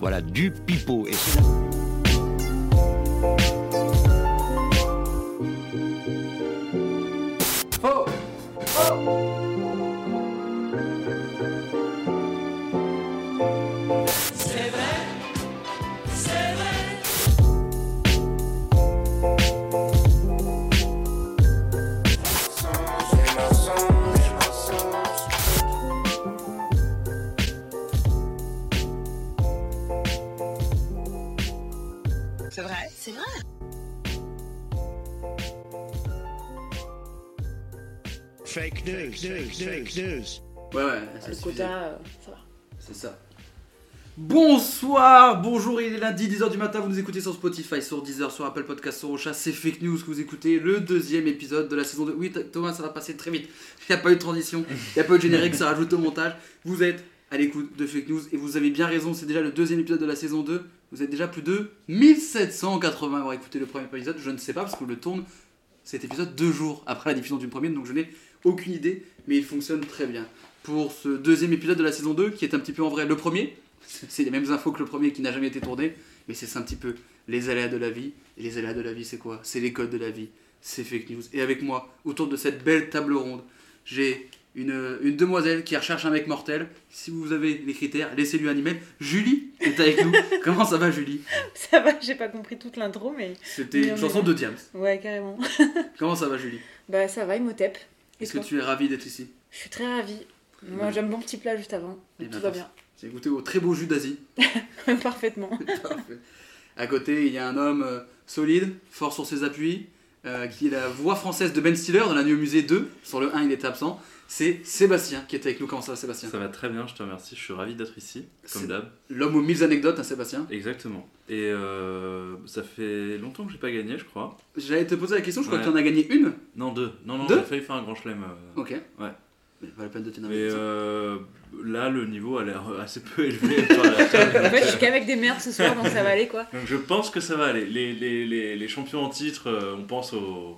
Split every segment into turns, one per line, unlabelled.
Voilà, du pipeau. Et
C'est vrai C'est vrai
Fake news, fake news, fake news.
Ouais, ouais, ça
Le
suffisait.
quota, euh, ça va.
C'est ça. Bonsoir, bonjour, il est lundi 10h du matin, vous nous écoutez sur Spotify, sur Deezer, sur Apple Podcast, sur Ocha, c'est Fake News que vous écoutez, le deuxième épisode de la saison 2. Oui, Thomas, ça va passer très vite, il n'y a pas eu de transition, il n'y a pas eu de générique, ça rajoute au montage. Vous êtes à l'écoute de Fake News et vous avez bien raison, c'est déjà le deuxième épisode de la saison 2. Vous êtes déjà plus de 1780 à avoir écouté le premier épisode, je ne sais pas parce que je le tourne cet épisode deux jours après la diffusion du premier, donc je n'ai aucune idée, mais il fonctionne très bien. Pour ce deuxième épisode de la saison 2, qui est un petit peu en vrai le premier, c'est les mêmes infos que le premier qui n'a jamais été tourné, mais c'est ça un petit peu les aléas de la vie. Et les aléas de la vie, c'est quoi C'est les codes de la vie, c'est fake news. Et avec moi, autour de cette belle table ronde, j'ai une, une demoiselle qui recherche un mec mortel. Si vous avez les critères, laissez-lui un email. Julie est avec nous. Comment ça va, Julie
euh. Ça va, j'ai pas compris toute l'intro, mais
C'était
Bien,
une chanson
bien.
de Diams.
ouais, carrément.
Comment ça va, Julie
Bah, ça va, Imhotep. Et
Est-ce que
toi
tu es ravie d'être ici
Je suis très ravie. Moi,
bien.
j'aime mon petit plat juste avant.
Eh
Tout
bien,
va bien.
J'ai goûté au très beau jus d'Asie.
Parfaitement.
Eh Parfait. À côté, il y a un homme euh, solide, fort sur ses appuis, euh, qui est la voix française de Ben Stiller dans la nuit au musée 2. Sur le 1, il était absent. C'est Sébastien qui est avec nous. Comment ça, va, Sébastien
Ça va très bien, je te remercie. Je suis ravi d'être ici,
C'est-
comme d'hab.
L'homme aux mille anecdotes, hein, Sébastien.
Exactement. Et euh, ça fait longtemps que j'ai pas gagné, je crois.
J'allais te poser la question, je crois
Ouais.
que t'en as gagné une.
Non, deux. Non, non,
Deux
j'ai failli faire un grand chelem. euh,
Ok.
Ouais.
Mais pas la peine de
Mais
t'énerver.
euh, là, le niveau a l'air euh, assez peu élevé. par la-
ben,
En fait, je suis qu'avec des merdes ce soir, donc ça va aller quoi.
Donc je pense que ça va aller. Les, les, les, les champions en titre, euh, on pense aux,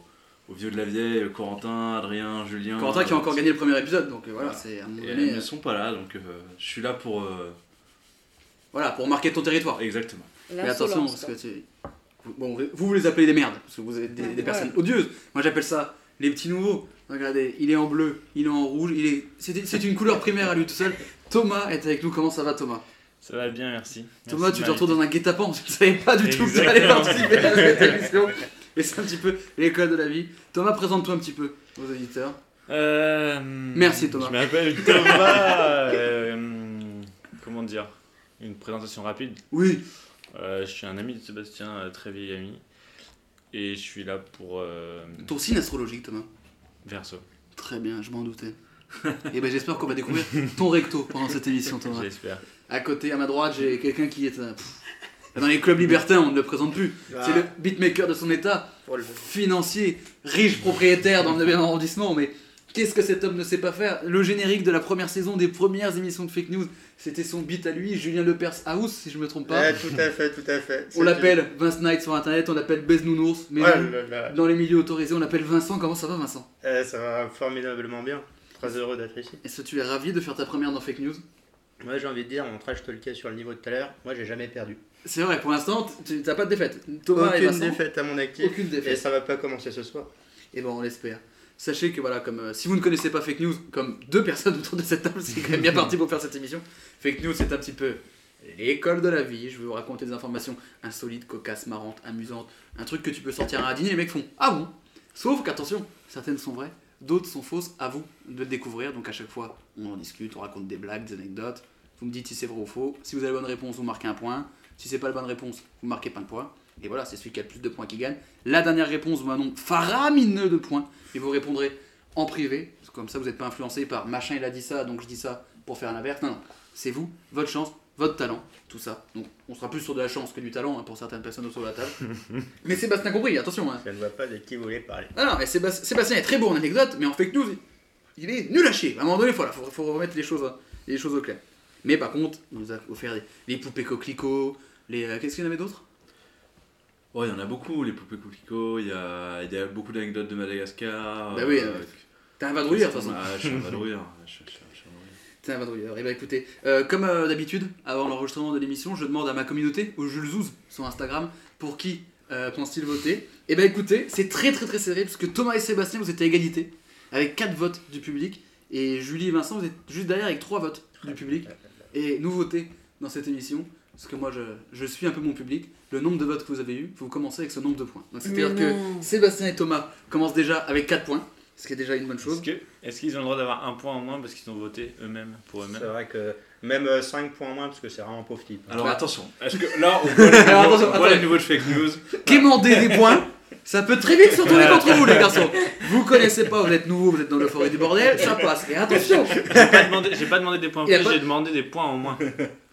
aux vieux de la vieille, Corentin, Adrien, Julien.
Quentin qui a
euh,
encore gagné le premier épisode, donc euh, voilà,
Voilà.
c'est à un moment
Et
donné,
ils ne
euh,
sont pas là, donc euh, je suis là pour. euh,
voilà, pour marquer ton territoire.
Exactement.
Mais attention, parce
L'insolence,
que tu- vous- Bon, vous, vous les appelez des merdes, parce que vous êtes des, des
Ouais.
personnes odieuses. Moi, j'appelle ça les petits nouveaux. Regardez, il est en bleu, il est en rouge, il est... C'est c'est une couleur primaire à lui tout seul. Thomas est avec nous, comment ça va Thomas
Ça va bien, merci.
Thomas,
Merci,
tu te
Marie.
retrouves dans un guet-apens, parce que tu savais pas du tout que tu allais
Exactement.
participer à cette émission. Et c'est un petit peu l'école de la vie. Thomas, présente-toi un petit peu aux auditeurs.
Euh,
Merci, Thomas.
Je m'appelle Thomas. euh, comment dire Une présentation rapide.
Oui,
Euh, je suis un ami de Sébastien, euh, très vieil ami. Et je suis là pour euh,
ton signe astrologique Thomas.
Verso.
Très bien, je m'en doutais. Et ben j'espère qu'on va découvrir ton recto pendant cette émission Thomas.
J'espère.
À côté, à ma droite, j'ai quelqu'un qui est. euh, pff, Dans les clubs libertins, on ne le présente plus.
Bah. Ah.
C'est le beatmaker de son état, financier, riche propriétaire dans le 9e arrondissement. Mais qu'est-ce que cet homme ne sait pas faire Le générique de la première saison des premières émissions de Fake News, c'était son beat à lui, Julien Lepers House, si je me trompe pas.
Ouais, tout à fait, tout à fait.
on l'appelle Vince Knight sur internet, on l'appelle Baise Nounours, mais
Ouais,
nous,
là, là.
dans les milieux autorisés, on l'appelle Vincent. Comment ça va, Vincent
Eh, ça va formidablement bien. Très heureux d'être ici.
Est-ce que tu es ravi de faire ta première dans Fake News
Moi, j'ai envie de dire, on trash talkait sur le niveau de tout à l'heure. Moi, j'ai jamais perdu.
C'est vrai, pour l'instant, tu n'as pas de défaite. Thomas et
Aucune
Vincent,
défaite à mon actif.
aucune défaite.
Et ça va pas commencer ce soir.
Et bon, Eh ben, on l'espère. Sachez que voilà, comme euh, si vous ne connaissez pas Fake News, comme deux personnes autour de cette table, c'est quand même bien parti pour faire cette émission. Fake News, c'est un petit peu l'école de la vie. Je veux vous raconter des informations insolites, cocasses, marrantes, amusantes, un truc que tu peux sortir à un dîner, les mecs font ah bon. Sauf qu'attention, certaines sont vraies, d'autres sont fausses. À vous de le découvrir. Donc à chaque fois, on en discute, on raconte des blagues, des anecdotes. Vous me dites si c'est vrai ou faux. Si vous avez la bonne réponse, vous marquez un point. Si c'est pas la bonne réponse, vous marquez pas de point. Et voilà, c'est celui qui a le plus de points qui gagne. La dernière réponse ou un nombre faramineux de points. Et vous répondrez en privé. Parce que Comme ça, vous n'êtes pas influencé par machin, il a dit ça, donc je dis ça pour faire l'inverse. Non, non. C'est vous, votre chance, votre talent, tout ça. Donc on sera plus sur de la chance que du talent hein, pour certaines personnes autour de la table. Mais Sébastien a compris, attention. hein.
Ça ne va pas de qui voulait parler.
Non, non, mais Sébastien, Sébastien est très bon en anecdote, mais en fake news, il est nul à chier. À un moment donné, il faut, faut remettre les choses, les choses au clair. Mais par contre, il nous a offert des, les poupées coquelicots, les. euh, Qu'est-ce qu'il y en avait d'autres
Ouais, il y en a beaucoup, les poupées coquelicots, il y a, il y a beaucoup d'anecdotes de Madagascar.
Bah oui, euh, T'as un vadrouilleur, de toute façon.
hein, Ah, je suis un vadrouilleur. je suis- je suis- je suis un vadrouilleur.
C'est un vadrouilleur. Et bah écoutez, euh, comme euh, d'habitude, avant l'enregistrement de l'émission, je demande à ma communauté, au Jules Zouz, sur Instagram, pour qui euh, pense-t-il voter. Et bah écoutez, c'est très très très serré, parce que Thomas et Sébastien, vous étiez à égalité, avec 4 votes du public, et Julie et Vincent, vous êtes juste derrière avec 3 votes du public. Et nouveauté dans cette émission, parce que moi je, je suis un peu mon public, le nombre de votes que vous avez eu, vous commencez avec ce nombre de points. Donc c'est-à-dire que Sébastien et Thomas commencent déjà avec 4 points, ce qui est déjà une bonne chose.
Est-ce que- est-ce qu'ils ont le droit d'avoir un point en moins parce qu'ils ont voté eux-mêmes pour
C'est
eux-mêmes
vrai que même 5 points moins, parce que c'est vraiment pauvre type.
Alors
Bah.
attention, est-ce que là on voit les
Alors,
nouveaux-
attention,
on voit les
attendez.
nouveaux de fake news
quémander des points. Ça peut très vite se retourner contre vous, les garçons. Vous connaissez pas, vous êtes nouveau, vous êtes dans le forêt du bordel, ça passe. Mais attention
J'ai pas demandé- j'ai pas demandé des points en
Il a
plus,
pas-
j'ai demandé des points en moins.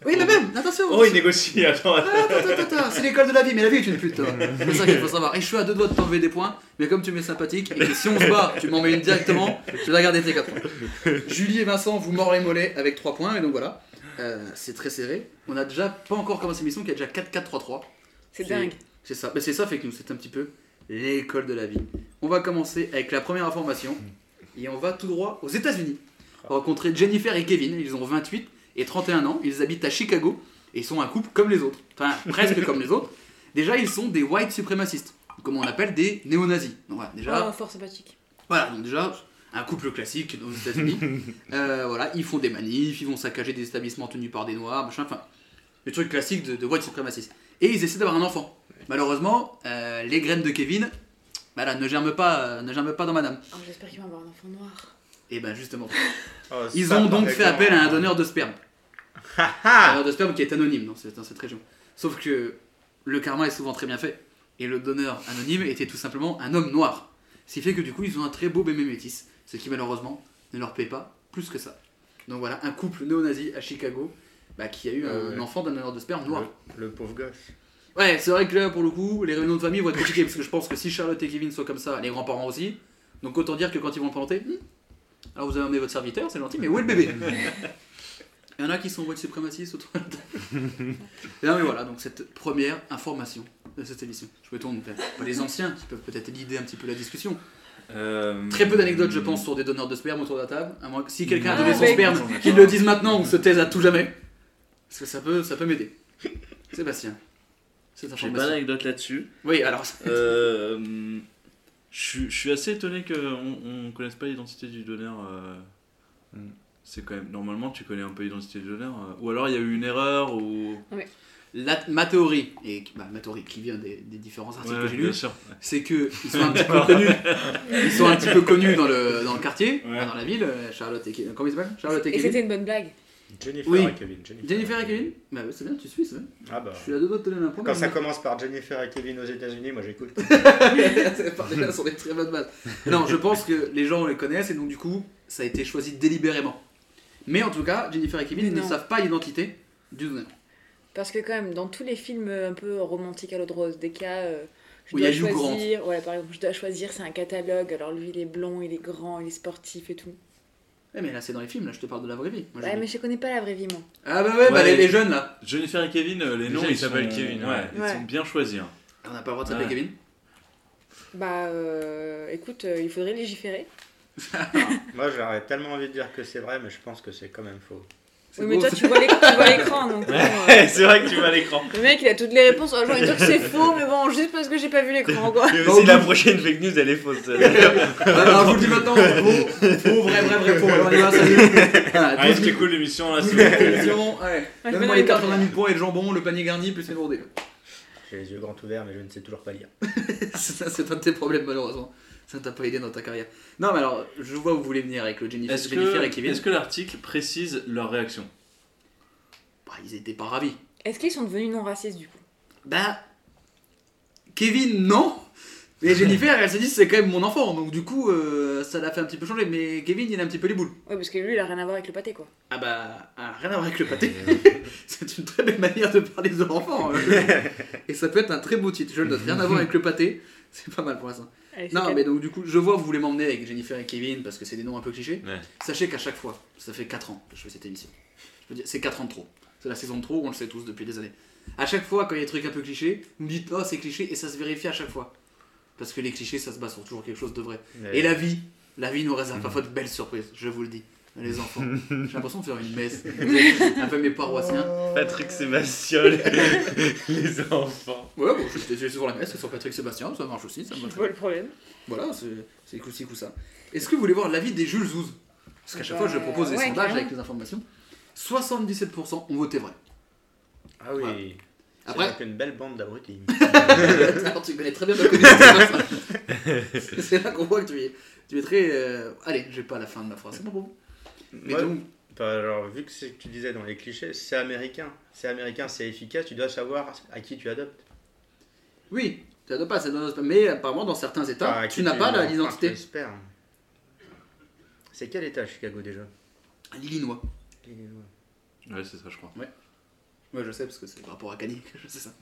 Oui, mais même, attention
Oh, il négocie, attends.
Ah, attends, attends, attends, C'est l'école de la vie, mais la vie est une pute. hein. C'est ça qu'il faut savoir. Et je suis à deux doigts de t'enlever des points, mais comme tu m'es sympathique, et que si on se bat, tu m'en mets une directement, je vais garder tes 4 points. Julie et Vincent vous mordent les mollets avec 3 points, et donc voilà. Euh, c'est très serré. On a déjà pas encore commencé l'émission, qui a déjà 4-4-3-3.
C'est dingue.
C'est ça, mais c'est ça fait que nous, c'est un petit peu l'école de la vie. On va commencer avec la première information et on va tout droit aux États-Unis. Rencontrer Jennifer et Kevin, ils ont 28 et 31 ans, ils habitent à Chicago et ils sont un couple comme les autres, enfin presque comme les autres. Déjà, ils sont des white suprémacistes, comme on appelle des néo-nazis. Donc voilà, déjà,
Oh, fort sympathique.
voilà, donc déjà, un couple classique aux États-Unis. Euh, voilà, ils font des manifs, ils vont saccager des établissements tenus par des noirs, machin, enfin, le truc classique de, de white supremaciste. Et ils essaient d'avoir un enfant. Malheureusement, euh, les graines de Kevin, voilà, ne germent pas, euh, ne germent pas dans Madame.
Oh, J'espère qu'il va avoir un enfant noir.
Et ben justement,
Oh,
ils
ça,
ont donc fait
parfaitement.
appel à un donneur de sperme. Un donneur de sperme qui est anonyme dans cette, dans cette région. Sauf que le karma est souvent très bien fait. Et le donneur anonyme était tout simplement un homme noir. Ce qui fait que du coup, ils ont un très beau bébé métis. Ce qui malheureusement ne leur paie pas plus que ça. Donc voilà, un couple néo-nazi à Chicago bah, qui a eu
Euh,
un enfant d'un donneur de sperme noir.
Le, le pauvre gosse.
Ouais, c'est vrai que là, pour le coup, les réunions de famille vont être compliquées parce que je pense que si Charlotte et Kevin sont comme ça, les grands-parents aussi. Donc autant dire que quand ils vont le planter, Hmm, alors vous avez emmené votre serviteur, c'est gentil, mais où est le bébé Il y en a qui sont voix de suprémacistes autour de la table. Et Non mais voilà, donc cette première information de cette émission. Je me tourne vers les anciens qui peuvent peut-être guider un petit peu la discussion.
Mm. Euh,
Très peu d'anecdotes, je pense, sur des donneurs de sperme autour de la table. À moins que si quelqu'un a donné
Ah,
son
bah,
sperme,
écoute.
qu'il le dise maintenant ou se taise à tout jamais. Parce que ça peut, ça peut m'aider. Sébastien, cette
J'ai
information.
pas d'anecdote là-dessus.
Oui, alors.
Euh, je suis- je suis assez étonné qu'on ne connaisse pas l'identité du donneur. euh.
Mm.
C'est quand même. Normalement, tu connais un peu l'identité du donneur. euh. Ou alors, il y a eu une erreur ou.
La- ma théorie, et bah, ma théorie qui vient des, des différents articles
Ouais,
que j'ai
bien
lus,
sûr.
c'est que ils sont un petit peu connus. Ils sont un petit peu connus dans le, dans le quartier,
Ouais.
enfin, dans la ville. euh, Charlotte et Kevin. Comment ils s'appellent Charlotte et
Et
Kevin.
c'était une bonne blague.
Jennifer
Oui.
et Kevin. Jennifer,
Jennifer et Kevin Bah ouais, c'est bien, tu suis, c'est bien.
Ah bah.
Je suis à deux doigts de te donner un point.
Quand
mais
ça
non.
commence par Jennifer et Kevin aux États-Unis, moi j'écoute.
C'est par déjà sur des très bonnes bases. Non, je pense que les gens les connaissent et donc du coup, ça a été choisi délibérément. Mais en tout cas, Jennifer et Kevin
Mais
ne
non.
savent pas l'identité du donneur.
Parce que quand même, dans tous les films euh, un peu romantiques à l'eau de rose, des cas, euh, je
Où il y
dois
a Hugh Grant.
choisir, voilà, par exemple, je dois choisir, c'est un catalogue, alors lui il est blond, il est grand, il est sportif et tout.
Ouais, Eh, mais là, c'est dans les films, là, je te parle de la vraie vie. Moi, je
Ouais,
dis-
mais je connais pas la vraie vie, moi.
Ah bah ouais, bah,
Ouais.
les, les jeunes là.
Jennifer et Kevin, euh, les
Déjà,
noms
ils
ils s'appellent
sont-
Kevin. Ouais,
ouais.
ils
Ouais.
sont bien choisis. hein.
On n'a pas le droit de s'appeler
Ouais.
Kevin.
Bah euh, écoute, euh, il faudrait légiférer.
moi j'aurais tellement envie de dire que c'est vrai, mais je pense que c'est quand même faux.
C'est
Oui, mais
beau,
toi
ça.
tu vois l'éc- tu vois l'écran, donc. bon, euh,
c'est vrai que tu vas à l'écran.
Le mec il a toutes les réponses, oh, j'ai envie de dire que c'est faux, mais bon, juste parce que j'ai pas vu l'écran quoi.
Mais
Bah,
aussi,
au
la
bout-
prochaine fake news, elle est fausse.
Ah, alors, je vous le dis maintenant, faux, faux, vrai, vrai, vrai, faux. Alors, on y va, salut. Voilà,
Ah,
12
est-ce que cool l'émission là
12
c'est-
minutes d'émission, ouais.
je
Même
vais dans
moi,
les
les 80 000 points et le jambon, le panier garni, plus les lourdés.
J'ai les yeux grands ouverts, mais je ne sais toujours pas lire.
Ça, c'est un de tes problèmes, malheureusement. Ça ne t'a pas aidé dans ta carrière. Non, mais alors, je vois où vous voulez venir avec le Jennifer,
Est-ce
Jennifer et
que,
Kevin.
est-ce que l'article précise leur réaction
Bah, ils étaient pas ravis.
Est-ce qu'ils sont devenus non racistes du coup
Bah, Kevin, non. Mais Jennifer, elle s'est dit, c'est quand même mon enfant. Donc, du coup, euh, ça l'a fait un petit peu changer. Mais Kevin, il a un petit peu les boules.
Ouais, parce que lui il a rien à voir avec le pâté quoi.
Ah bah, ah, rien à voir avec le pâté. c'est une très belle manière de parler de l'enfant. hein, Et ça peut être un très beau titre, je le note. Rien à voir avec le pâté. C'est pas mal pour l'instant.
Allez, c'est
Non,
calme.
mais donc du coup, je vois, vous voulez m'emmener avec Jennifer et Kevin parce que c'est des noms un peu clichés.
Ouais.
Sachez qu'à chaque fois, ça fait 4 ans que je fais cette émission. Je peux dire, c'est 4 ans de trop. C'est la saison de trop, on le sait tous depuis des années. À chaque fois, quand il y a des trucs un peu clichés, vous me dites, oh, c'est cliché, et ça se vérifie à chaque fois.
Euh,
Parce
Hmm.
que les clichés, ça se base sur toujours quelque chose de vrai. Et la vie, la vie nous réserve parfois de belles surprises, je vous le dis. les enfants. J'ai l'impression de faire une messe. Avec mes paroissiens.
Patrick Sébastien, les- les enfants.
Ouais, bon, je suis sur la messe, sur Patrick Sébastien, ça marche aussi. Ça marche.
Je vois le problème.
Voilà, c'est- c'est coup ci, coup ça. Est-ce que vous voulez voir l'avis des Jules Zouz Parce qu'à chaque fois, je
Bah,
propose des
ouais,
sondages
carrément.
avec les informations. 77% ont voté vrai.
Ah oui. C'est
Après,
donc une belle bande d'abrutis.
Alors, tu connais très bien ma connaissance. c'est là qu'on voit que tu es, tu es très. euh, Allez, j'ai pas la fin de ma phrase. C'est bon pour vous. Mais
Ouais.
donc,
Enfin, alors, vu que c'est ce que tu disais dans les clichés, c'est américain. C'est américain, c'est efficace, tu dois savoir à qui tu adoptes.
oui, tu n'as pas, ça donne- mais apparemment dans certains États,
Enfin, à
tu
qui
n'as pas la-
enfin,
l'identité.
j'espère. C'est quel état Chicago déjà
L'Illinois.
Ouais, c'est ça, je crois.
Ouais, je sais parce que c'est par rapport à Cani que je sais ça.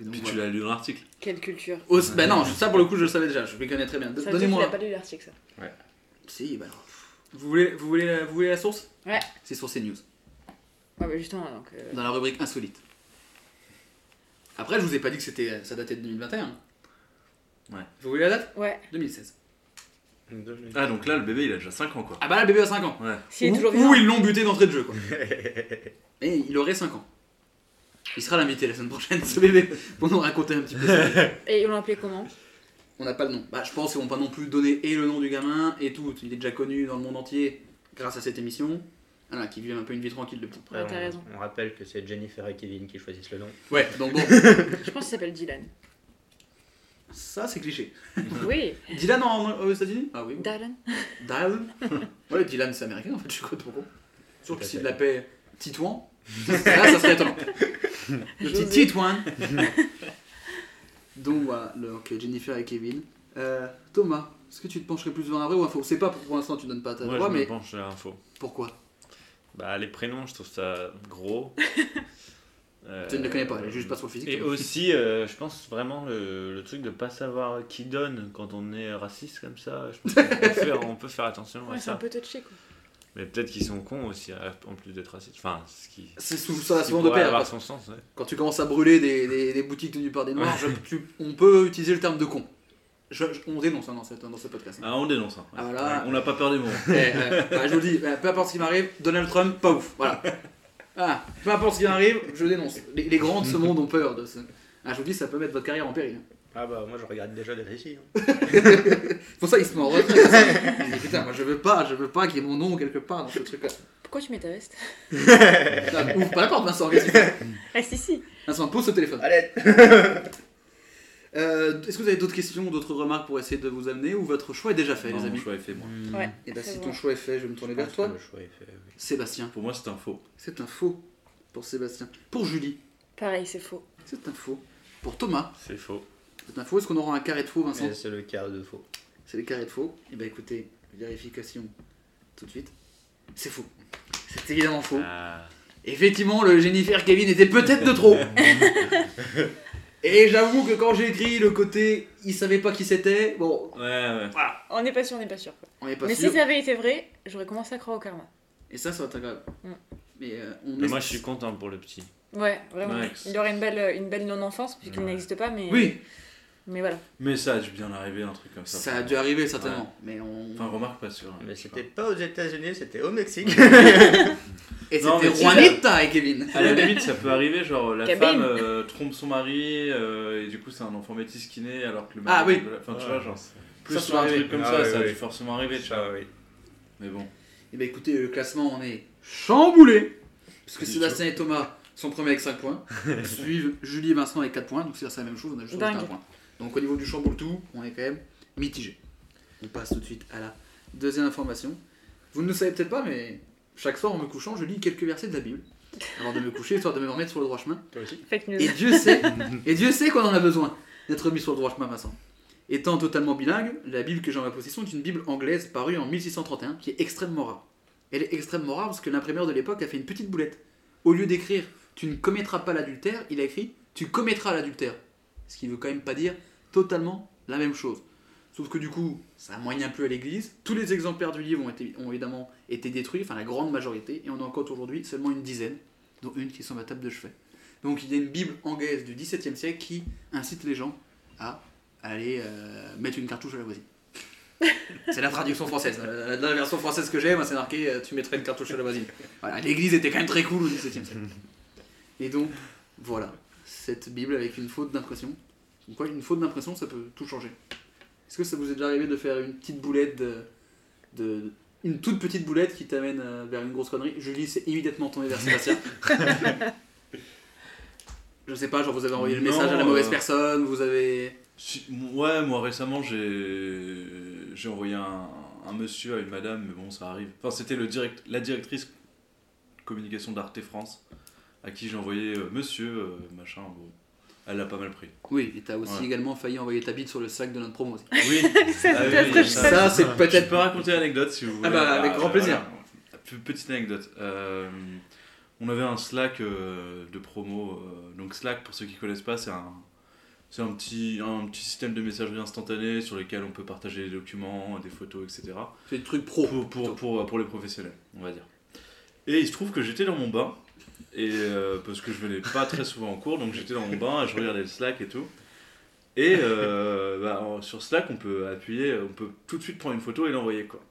Et donc,
Puis tu
voilà.
l'as lu dans l'article.
Quelle culture.
Os- Ben non, ça pour le coup je le savais déjà, je les connais très bien.
Ça veut dire qu'il a
Donnez-moi.
pas lu l'article, ça.
Si, bah alors. Vous voulez, vous, voulez la, vous voulez la source
Ouais.
C'est sur CNews,
Ouais, bah justement, donc. euh,
dans la rubrique insolite. Après, je vous ai pas dit que c'était, ça datait de 2021.
Ouais.
Vous voulez la date
Ouais.
2016.
Ah, donc là, le bébé, il a déjà 5 ans, quoi.
Ah bah là, bébé a 5 ans.
S'il est
ou
toujours
ou
vivant.
ils l'ont buté d'entrée de jeu, quoi. Et il aurait 5 ans. Il sera l'invité la semaine prochaine, ce bébé, pour nous raconter un petit peu. sa vie.
Et on l'a appelé comment
On n'a pas le nom. Bah, je pense qu'ils vont pas non plus donner et le nom du gamin et tout. Il est déjà connu dans le monde entier grâce à cette émission. Voilà, qui vit un peu une vie tranquille le petit.
Ouais, t'as
on,
raison.
on rappelle que c'est Jennifer et Kevin qui choisissent le nom.
Ouais, donc bon,
Je pense qu'il s'appelle Dylan.
ça c'est cliché.
Oui,
Dylan en, aux États-Unis Ah oui.
Dylan.
Dylan Ouais, Dylan c'est américain en fait, je suis trop con. Sauf que s'il l'appelait Titouan, là ça serait étonnant. Le petit
José.
Titouan Donc voilà, donc Jennifer et Kevin. Euh, Thomas, est-ce que tu te pencherais plus vers un vrai ou un faux C'est pas pour, pour l'instant, tu donnes pas ta
Moi,
voix,
je me
mais
penche à l'info.
pourquoi
Bah, les prénoms, je trouve ça gros. Euh,
Tu ne le connais pas, juste pas sur le physique.
Et aussi, euh, je pense vraiment le, le truc de pas savoir qui donne quand on est raciste comme ça. Je pense qu'on peut faire, on peut faire attention à
Ouais, c'est un
ça.
peu touché, quoi.
Mais peut-être qu'ils sont cons aussi, à- en plus d'être racistes. Enfin, ce qui.
C'est sous ça,
ce qui
souvent de
pourrait
pair.
avoir
parce que
son sens, ouais.
Quand tu commences à brûler des, des- des boutiques tenues par des noirs, je- tu- on peut utiliser le terme de con. Je- je- on dénonce hein, dans, cette- dans ce podcast. hein.
Ah, on dénonce. hein. Ouais.
Ah, là.
On n'a pas peur des mots.
Eh, euh, bah, je vous le dis, bah, peu importe ce qui m'arrive, Donald Trump, pas ouf. Voilà. Ah, peu importe ce qui m'arrive, je dénonce. Les, les grands de ce monde ont peur de ce. Ah, je vous dis, ça peut mettre votre carrière en péril.
Ah bah moi je regarde déjà d'être ici. hein.
C'est pour ça qu'il se met en retrait. comme ça. Il dit, Putain, moi je veux pas, je veux pas qu'il y ait mon nom quelque part dans ce truc-là.
Pourquoi tu mets ta veste
Putain, Ouvre pas la porte, Vincent, qu'est-ce que tu fais
Reste ici.
Vincent, pose ce téléphone.
Allez
Euh, Est-ce que vous avez d'autres questions, d'autres remarques pour essayer de vous amener ou votre choix est déjà fait,
Non,
les
mon
amis
choix est fait, moi.
Ouais.
Et bah,
c'est
si
bon.
ton choix est fait, je vais me tourner vers toi.
Le choix est fait, oui.
Sébastien,
Pour moi, c'est un faux.
c'est un faux pour Sébastien. Pour Julie,
Pareil, c'est faux.
c'est un faux. Pour Thomas,
C'est faux.
c'est un faux. Est-ce qu'on aura un carré de faux, Vincent
Mais c'est le quart de faux.
C'est les carrés de faux. Et bah écoutez, vérification tout de suite. C'est faux. C'est évidemment faux.
Ah.
Effectivement, le Jennifer Kevin était peut-être de trop. Et j'avoue que quand j'ai écrit le côté il savait pas qui c'était, bon,
Ouais, ouais.
On n'est pas sûr, on n'est pas sûr. quoi.
on est pas
Mais
sûr.
si ça avait été vrai, j'aurais commencé à croire au karma.
Et ça, ça va être grave.
Mm.
Mais euh, on
Mais
est-
moi, je suis content pour le petit.
Ouais, vraiment.
Ouais.
Il aurait une belle, une belle non-enfance, puisqu'il
Ouais.
n'existe pas, mais,
Oui,
mais voilà.
Mais ça a dû bien arriver, un truc comme ça.
ça a dû arriver certainement. Mais on.
Enfin, remarque, pas sûr. hein.
Mais
Je sais
c'était pas aux États-Unis, c'était au Mexique.
Et
Non,
c'était
mais tu
Juanita et Kevin.
pas. À la limite, ça peut arriver, genre la
Cabine.
femme euh, trompe son mari euh, et du coup c'est un enfant métis qui naît alors que le mari.
Ah oui.
Enfin, tu vois, genre. Plus
ça peut
sur un
arriver.
truc comme
Ah
ça,
oui,
ça a
oui.
dû forcément arriver, tu vois.
Ah oui.
Mais
Et
bon.
bien Eh ben, écoutez, le classement on est chamboulé. Parce que Sébastien et Thomas sont premiers avec 5 points. suivent Julie et Vincent avec 4 points. Donc c'est la même chose, on a juste
Dingue.
rajouté un point. Donc au niveau du chamboule tout, on est quand même mitigé. On passe tout de suite à la deuxième information. Vous ne le savez peut-être pas, mais chaque soir en me couchant, je lis quelques versets de la Bible. Avant de me coucher, histoire de me remettre sur le droit chemin.
Toi aussi
Fake news.
Et Dieu sait, et Dieu sait qu'on en a besoin d'être mis sur le droit chemin, Vincent. Étant totalement bilingue, la Bible que j'ai en ma possession est une Bible anglaise parue en 1631, qui est extrêmement rare. Elle est extrêmement rare parce que l'imprimeur de l'époque a fait une petite boulette. Au lieu d'écrire Tu ne commettras pas l'adultère, il a écrit Tu commettras l'adultère. Ce qui veut quand même pas dire totalement la même chose. Sauf que du coup, ça moigne un peu à l'église. Tous les exemplaires du livre ont, été, ont évidemment été détruits, enfin la grande majorité, et on en compte aujourd'hui seulement une dizaine, dont une qui est sur ma table de chevet. Donc il y a une Bible anglaise du XVIIe siècle qui incite les gens à aller euh, mettre une cartouche à la voisine. C'est la traduction française. La, la- la version française que j'ai, moi, c'est marqué euh, Tu mettrais une cartouche à la voisine. Voilà, l'église était quand même très cool au XVIIe siècle. Et donc, voilà. Cette Bible avec une faute d'impression. Comme quoi, une faute d'impression, ça peut tout changer. Est-ce que ça vous est déjà arrivé de faire une petite boulette de. de- une toute petite boulette qui t'amène euh, vers une grosse connerie Julie s'est immédiatement tournée vers Sébastien. Je sais pas, genre vous avez envoyé le
Non,
message à la mauvaise
euh,
personne, vous avez.
Si- Ouais, moi récemment j'ai j'ai envoyé un, un monsieur à une madame, mais bon, ça arrive. Enfin, c'était le direct, la directrice communication d'Arte France, à qui j'ai envoyé euh, monsieur, euh, machin, bon. Elle l'a pas mal pris.
Oui, et t'as aussi
Ouais.
également failli envoyer ta bite sur le sac de notre promo. aussi.
Oui,
Ça,
Ah
c'est
oui,
très
ça,
chouette.
Ça, c'est
Je
peut-être
peux raconter l'anecdote si vous voulez.
Ah bah, avec grand plaisir.
voilà. P- Petite anecdote. Euh, on avait un Slack euh, de promo. euh, donc Slack, pour ceux qui connaissent pas, c'est un, c'est un, petit, un petit système de messagerie instantanée sur lequel on peut partager des documents, des photos, etc.
C'est des trucs pro.
Pour, pour, pour, pour les professionnels, on va dire. Et il se trouve que j'étais dans mon bain, et, euh, parce que je venais pas très souvent en cours, donc j'étais dans mon bain, et je regardais le Slack et tout. Et euh, bah, en- sur Slack, on peut appuyer, on peut tout de suite prendre une photo et l'envoyer. quoi.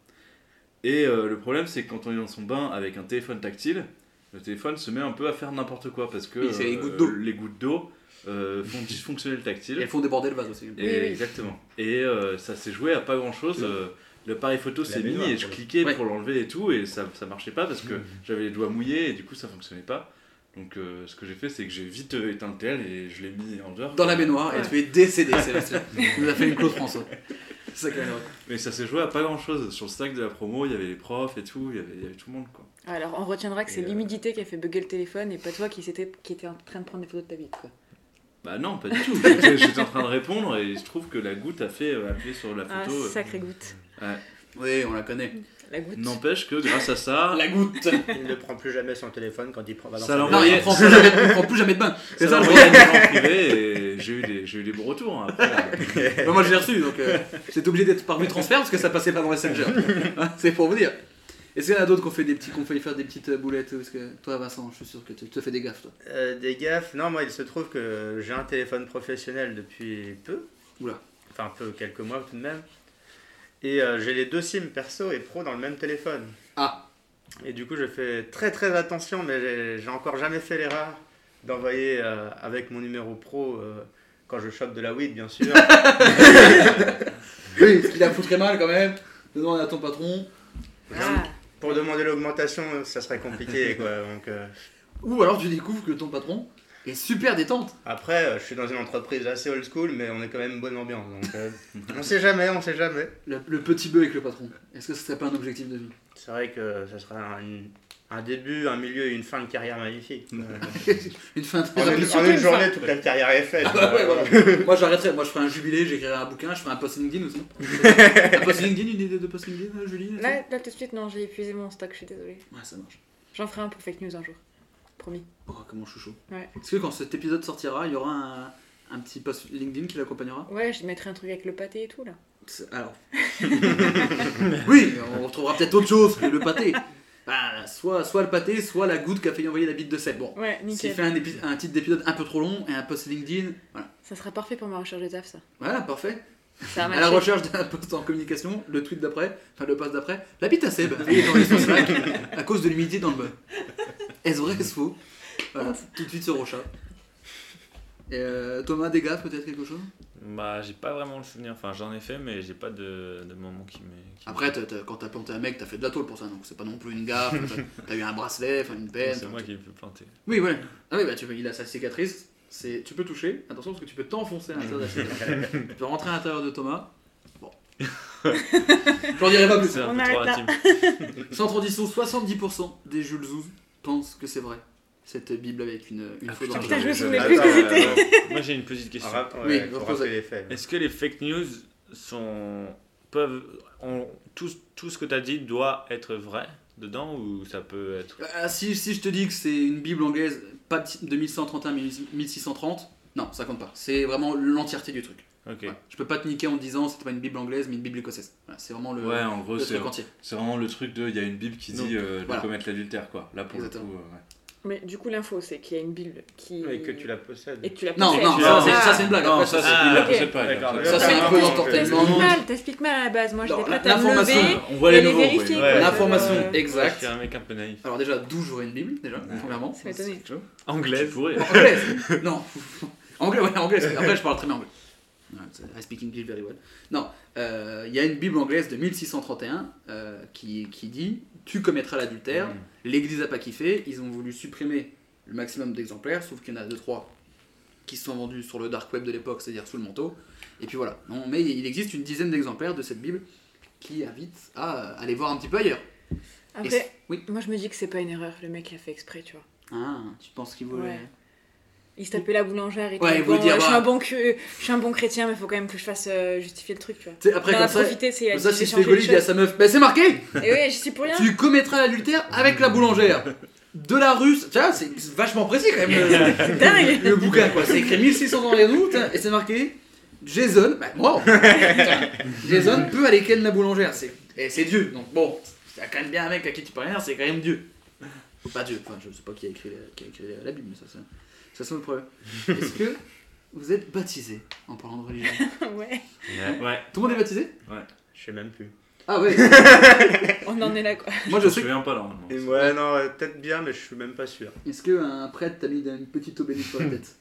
Et euh, le problème, c'est que quand on est dans son bain avec un téléphone tactile, le téléphone se met un peu à faire n'importe quoi, parce que
Oui, c'est les gouttes d'eau.
les gouttes d'eau, euh, font dysfonctionner le
Et
tactile.
elles font déborder le vase aussi.
Et-
Oui, oui.
Exactement. Et euh, ça s'est joué à pas grand chose. L'appareil photo s'est mis
baignoire,
et je
pour le-
cliquais
Ouais.
pour l'enlever et tout, et ça, ça marchait pas parce que j'avais les doigts mouillés et du coup ça fonctionnait pas. Donc euh, ce que j'ai fait, c'est que j'ai vite euh, éteint le TL et je l'ai mis en dehors.
Dans la baignoire, et tu es décédé, Sébastien. Il nous a fait une hein. Claude François. C'est ça quand même vrai.
Mais ça s'est joué à pas grand chose. Sur le stack de la promo, il y avait les profs et tout, il y avait, il y avait tout le monde quoi.
Alors, on retiendra que c'est
Et, euh,
l'humidité qui a fait bugger le téléphone et pas toi qui, s'était- qui était en train de prendre des photos de ta bite, quoi.
Bah non, pas du tout. J'étais j'étais en train de répondre et il se trouve que la goutte a fait euh, appuyer sur la
Ah,
photo. euh.
sacrée goutte.
Oui, on la connaît.
La goutte.
N'empêche que grâce à ça,
La goutte
Il ne prend plus jamais son téléphone quand il prend. va dans
Ça
sa
l'en-
Non,
maison.
il
Voyez.
prend plus jamais, il prend plus jamais de bain. C'est ça,
ça
le
m'a
problème.
envoyé un message privé et j'ai eu des, j'ai eu des bons retours. hein, après, là.
Bah, moi, je l'ai reçu, donc euh, j'étais obligé d'être par transfert parce que ça passait pas dans Messenger. Hein, C'est pour vous dire. Est-ce qu'il y en a d'autres qu'on fait des petits, qu'on fait faire des petites euh, boulettes Parce que toi, Vincent, je suis sûr que tu tu te fais des gaffes, toi.
Euh, des gaffes. Non, moi, il se trouve que j'ai un téléphone professionnel depuis peu.
Oula.
Enfin, peu, quelques mois tout de même. Et euh, j'ai les deux SIM perso et pro dans le même téléphone.
Ah.
Et du coup, je fais très très attention, mais j'ai- j'ai encore jamais fait l'erreur d'envoyer euh, avec mon numéro pro euh, quand je chope de la weed, bien sûr.
Oui, parce qu'il la foutrait mal quand même. Demande à ton patron.
Ah,
Pour demander l'augmentation, ça serait compliqué. Quoi. Donc, euh,
Ou alors tu découvres que ton patron est super détente.
Après, euh, je suis dans une entreprise assez old school, mais on est quand même bonne ambiance. Donc, euh, on sait jamais, on sait jamais.
Le, le petit bœuf avec le patron. Est-ce que ce serait pas un objectif de vie
C'est vrai que ça serait un, un début, un milieu et une fin de carrière magnifique. Euh,
Une fin de
En une, en une bah journée, toute la carrière est faite. Euh,
Ah ouais, voilà. Moi j'arrêterais, moi je ferais un jubilé, j'écrirais un bouquin, je ferais un post LinkedIn aussi. un post LinkedIn, une idée de post LinkedIn, euh, Julie ça
Là, là, tout de suite, non, j'ai épuisé mon stock, je suis désolée.
Ouais, ça marche.
J'en ferai un pour fake news un jour. Promis.
Oh, comment je suis chaud.
Ouais.
Est-ce que quand cet épisode sortira, il y aura un, un petit post LinkedIn qui l'accompagnera
Ouais, je mettrai un truc avec le pâté et tout, là.
C'est- Alors. oui, on retrouvera peut-être autre chose que le pâté. Bah, soit, soit le pâté, soit la goutte qui a failli envoyer la bite de sel. Bon,
Ouais,
s'il
nickel.
fait un, épi- un titre d'épisode un peu trop long et un post LinkedIn, voilà.
Ça sera parfait pour ma recherche de taf, ça.
Voilà, parfait.
Ça a
À la
marché.
recherche d'un poste en communication, le tweet d'après, enfin le poste d'après, la bite à Seb, et dans les Slack, à cause de l'humidité dans le bain. Est-ce vrai, est-ce faux Voilà, tout de suite sur Rocha. Et, euh, Thomas, des gars, peut-être quelque chose
Bah, j'ai pas vraiment le souvenir. Enfin, j'en ai fait, mais j'ai pas de, de moment qui m'est. qui-
Après, t'as- t'as- quand t'as planté un mec, t'as fait de la tôle pour ça, donc c'est pas non plus une gaffe, t'as- t'as eu un bracelet, enfin une peine.
C'est moi qui ai pu planter.
Oui, voilà. Ah oui, bah tu peux, il a sa cicatrice, c'est, tu peux toucher, attention parce que tu peux t'enfoncer à l'intérieur de la cicatrice. tu peux rentrer à l'intérieur de Thomas. Bon. J'en dirai pas plus.
C'est un
On
peu
arrête
trop
là.
intime.
Sans transition, 70% des Jules Zouz pensent que c'est vrai. Cette Bible avec une, une faute
putain,
dans le
Putain, je me
jeu.
souvenais
je-
plus que
attends, euh,
c'était.
Moi, j'ai une petite question.
Oui,
oui,
repose-
les faits.
Est-ce que les fake news sont peuvent ont- tout, tout ce que tu as dit doit être vrai dedans ou ça peut être
Ah, si, si je te dis que c'est une Bible anglaise, pas de- de 1131 mais 1630, non, ça compte pas. C'est vraiment l'entièreté du truc.
OK.
Ouais. Je peux pas te niquer en te disant c'était pas une Bible anglaise mais une Bible écossaise. Voilà, c'est vraiment le,
Ouais, en gros,
le
c'est
truc entier.
c'est vraiment le truc de. Il y a une Bible qui
Donc,
dit euh, de
voilà.
commettre l'adultère, quoi. Là, pour
Exactement.
le coup. euh, ouais.
Mais du coup, l'info, c'est qu'il y a une Bible qui.
Et que tu la possèdes.
Et que tu la
Non,
possèdes.
non,
tu
ça
l'as-
c'est-
Ah.
ça, c'est une blague.
Non,
Après,
ça,
ça,
c'est-
ah,
il la hein.
ok.
possède pas. il
D'accord.
a-
Ça, c'est un peu d'entertainment.
T'expliques mal, t'expliques mal à la base. Moi,
Non,
j'étais
la-
prête à me
l'information,
lever.
On voit les
et
nouveaux. oui.
vérifier,
Ouais.
quoi.
L'information
Euh,
Exact.
exacte.
un mec un peu naïf.
Alors déjà, d'où j'aurais une Bible déjà, premièrement
C'est m'étonner.
Anglaise. Tu
hein.
pourrais.
Anglaise Non Anglais, ouais, anglaise. Après, je parle très bien anglais. Ouais, c'est- I speak English very well. Non, euh, il y a une Bible anglaise de 1631 euh, qui, qui dit Tu commettras l'adultère.
Hmm.
L'Église n'a pas kiffé. Ils ont voulu supprimer le maximum d'exemplaires, sauf qu'il y en a 2-3 qui se sont vendus sur le dark web de l'époque, c'est-à-dire sous le manteau. Et puis voilà. Non, mais il existe une dizaine d'exemplaires de cette Bible qui invite à euh, aller voir un petit peu ailleurs. Et
Après,
c'est- oui.
moi, je me dis que c'est pas une erreur. Le mec l'a fait exprès, tu vois.
Ah, tu penses qu'il voulait.
Ouais. Il se tapait la boulangère et tout.
Ouais, il voulait
Bon,
dire,
euh, je, suis
bah-
un bon cu- je suis un bon chrétien, mais faut quand même que je fasse euh, justifier le truc, tu vois.
Tu sais, après,
On a
comme ça,
profité, c'est
comme
il
ça,
a
si se
dit, j'ai
fait
changé les
gauler, il dit à
choses.
sa meuf Ben c'est marqué
Et oui, je suis pour rien.
Tu commettras l'adultère avec la boulangère de la russe. Tu vois, c'est vachement précis quand même le,
C'est dingue.
le bouquin quoi. C'est écrit 1600 dans les routes et c'est marqué Jason. Bah, wow. Jason peut aller ken la boulangère. C'est et c'est Dieu. Donc bon, t'as quand même bien un mec à qui tu peux rien. C'est quand même Dieu. Pas Dieu. Enfin, je sais pas qui a écrit, la- qui a écrit la Bible, mais ça, ça, ça sent le problème. Est-ce que vous êtes baptisé en parlant de religion
Ouais.
Ouais.
Tout le monde est baptisé
Je sais même plus.
Ah ouais.
On en est là, quoi.
Moi
Je
je
me
sais. que-
souviens pas normalement.
Et ouais, non, euh, peut-être bien, mais je suis même pas sûr.
Est-ce qu'un prêtre t'a mis une petite eau bénite sur la tête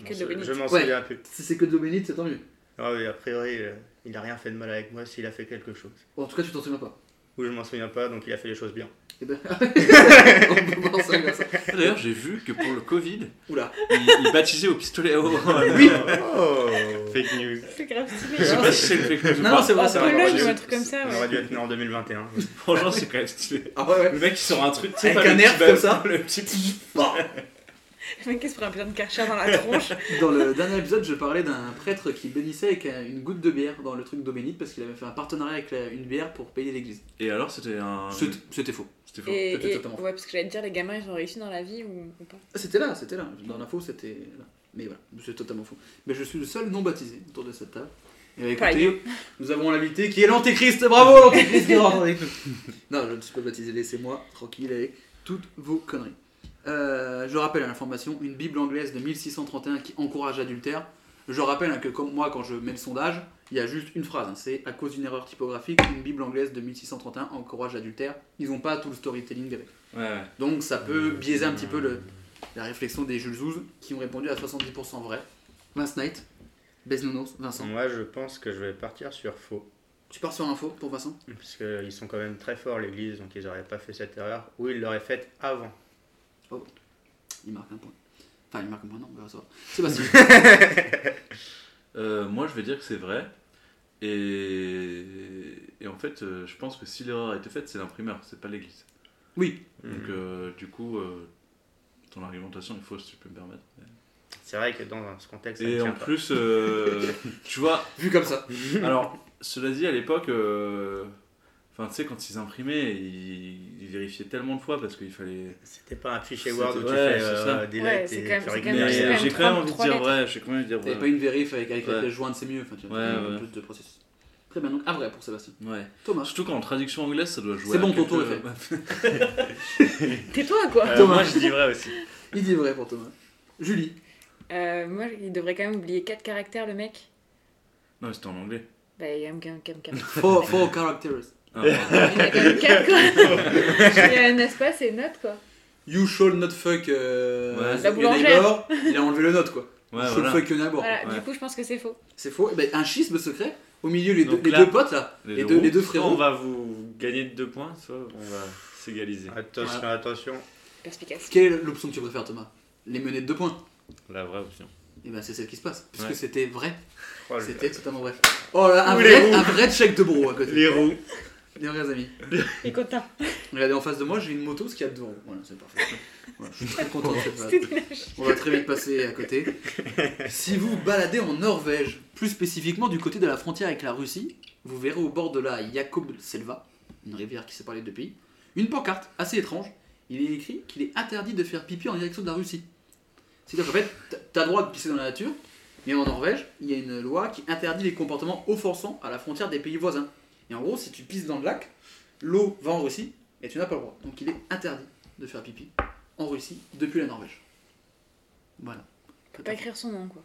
Je
que
m'en
de
sou-
Bénite.
Je m'en
Ouais.
souviens plus.
Si c'est que de l'eau bénite, c'est tant mieux.
Ah oui, a priori, euh, il a rien fait de mal avec moi s'il a fait quelque chose.
Bon, en tout cas, tu t'en souviens pas.
Ou je m'en souviens pas, donc il a fait les choses bien.
Eh ben, on peut penser à ça.
Ah, D'ailleurs, j'ai vu que pour le Covid,
Oula.
ils ils baptisaient au pistolet à eau.
Oui.
Oh
Fake news.
C'est grave stylé.
Je Ah, sais pas si c'est le fake news ou
Non, non,
pas.
c'est vrai,
En
c'est vrai.
Pologne
j'ai-
ou un truc comme ça,
On
ouais.
aurait dû être né en 2021.
Franchement, c'est quand même stylé.
Ah ouais, ouais.
Le mec, il sort un truc, tu sais,
Avec
pas le
un
petit
air
ballon,
comme ça.
Le petit.
Le mec, il se prend un putain de karcher dans la tronche.
Dans le dernier épisode, je parlais d'un prêtre qui bénissait avec euh, une goutte de bière dans le truc d'eau bénite parce qu'il avait fait un partenariat avec la- une bière pour payer l'église.
Et alors, c'était un.
C'était c'était faux.
C'était faux.
Et,
C'était
et-
totalement faux.
ouais, parce que j'allais te dire, les gamins, ils ont réussi dans la vie ou, ou pas.
C'était là, c'était là. Dans l'info, c'était là. Mais voilà, c'est totalement faux. Mais je suis le seul non baptisé autour de cette table. Et bah, écoutez, nous avons l'invité qui est l'antéchrist. Bravo l'antéchrist qui est avec nous. Non, je ne suis pas baptisé, laissez-moi tranquille avec toutes vos conneries. Euh, je rappelle à l'information, une Bible anglaise de 1631 qui encourage l'adultère. Je rappelle hein, que comme moi, quand je mets le sondage, il y a juste une phrase. hein, c'est à cause d'une erreur typographique, une Bible anglaise de 1631 encourage l'adultère. Ils n'ont pas tout le storytelling avec.
Ouais, ouais.
Donc ça
Euh,
peut biaiser un petit peu le, la réflexion des Jules Zouz qui ont répondu à 70% vrai. Vince Knight, Bez Nonos, Vincent.
Mm.
Moi, je pense que je vais partir sur faux.
Tu pars sur info pour Vincent
Parce qu'ils sont quand même très forts, l'église, donc ils n'auraient pas fait cette erreur. Ou ils l'auraient faite avant.
Il marque un point. Enfin, il marque un point, non, on va savoir. Sébastien.
Euh, moi, je vais dire que c'est vrai. Et... et en fait, euh, je pense que si l'erreur a été faite, c'est l'imprimeur, c'est pas l'église.
Oui.
Donc, euh, du coup, euh, ton argumentation est fausse, si tu peux me permettre.
C'est vrai que dans ce contexte, ça ne
Et en
tient pas.
plus, euh, tu vois,
Vu comme ça.
alors, cela dit, à l'époque, euh, enfin, tu sais, quand ils imprimaient, ils, ils vérifiaient tellement de fois parce qu'il fallait.
C'était pas un fichier
C'était-
Word où tu
ouais,
fais
c'est
euh,
ça.
des
Ouais,
lettres
c'est
et
quand même-
tu
c'est quand
rigoles.
même-
Mais
c'est
euh,
quand
j'ai
même
quand même
30,
envie de
3
dire
lettres.
vrai, j'ai quand même envie de dire
T'avais
vrai.
pas une vérif avec, avec la
Ouais.
pièce jointe, c'est mieux. Enfin, tu vois,
Ouais,
un peu
ouais.
plus de processus. Très bien, donc à vrai pour Sébastien.
Ouais.
Thomas.
Surtout qu'en traduction anglaise, ça doit jouer.
C'est
à
bon, ton tour
quelques-
Tais-toi, quoi.
Euh,
Thomas.
moi je dis vrai aussi.
Il dit vrai pour Thomas. Julie.
Euh, moi, il devrait quand même oublier 4 caractères, le mec.
Non, mais c'était en anglais.
Bah, il y a quand même 4 caractères.
Four, four characters.
Ah, pardon.
Il y en a quand même 4, quoi. il y a un espace et une note, quoi.
You shall not fuck euh,
Ouais.
the
La boulangère.
neighbor. Il a enlevé le note quoi.
Ouais,
you shall
voilà.
fuck your neighbor.
Voilà,
ouais.
du coup, je pense que c'est faux.
C'est faux. Eh ben, un schisme secret. Au milieu, les,
Donc
deux, les
là-
deux potes là, les, deux,
roues.
les deux
Soit
frérots.
on va vous gagner de deux points, soit on va s'égaliser.
Attention,
Voilà.
attention.
Perspicace.
Quelle est l'option que tu préfères, Thomas Les mener de deux points.
La vraie option.
Et ben c'est celle qui se passe, puisque
Ouais.
c'était vrai.
Oh, le-
C'était totalement vrai. Oh là, un
Ou les
vrai,
roues.
un vrai check de bro à côté.
Les roues.
Les vrais amis.
Et content.
Regardez en face de moi, j'ai une moto parce qu'il y a deux roues. Voilà, c'est parfait. Voilà, je suis très content de cette vanne.
C'était lâche.
On va très vite passer à côté. Si vous vous baladez en Norvège, plus spécifiquement du côté de la frontière avec la Russie, vous verrez au bord de la Jakobselva, une rivière qui sépare les deux pays, une pancarte assez étrange. Il est écrit qu'il est interdit de faire pipi en direction de la Russie. C'est-à-dire qu'en fait, t- t'as le droit de pisser dans la nature, mais en Norvège, il y a une loi qui interdit les comportements offensants à la frontière des pays voisins. Et en gros, si tu pisses dans le lac, l'eau va en Russie et tu n'as pas le droit. Donc il est interdit de faire pipi en Russie depuis la Norvège. Voilà.
Faut pas écrire son nom, quoi.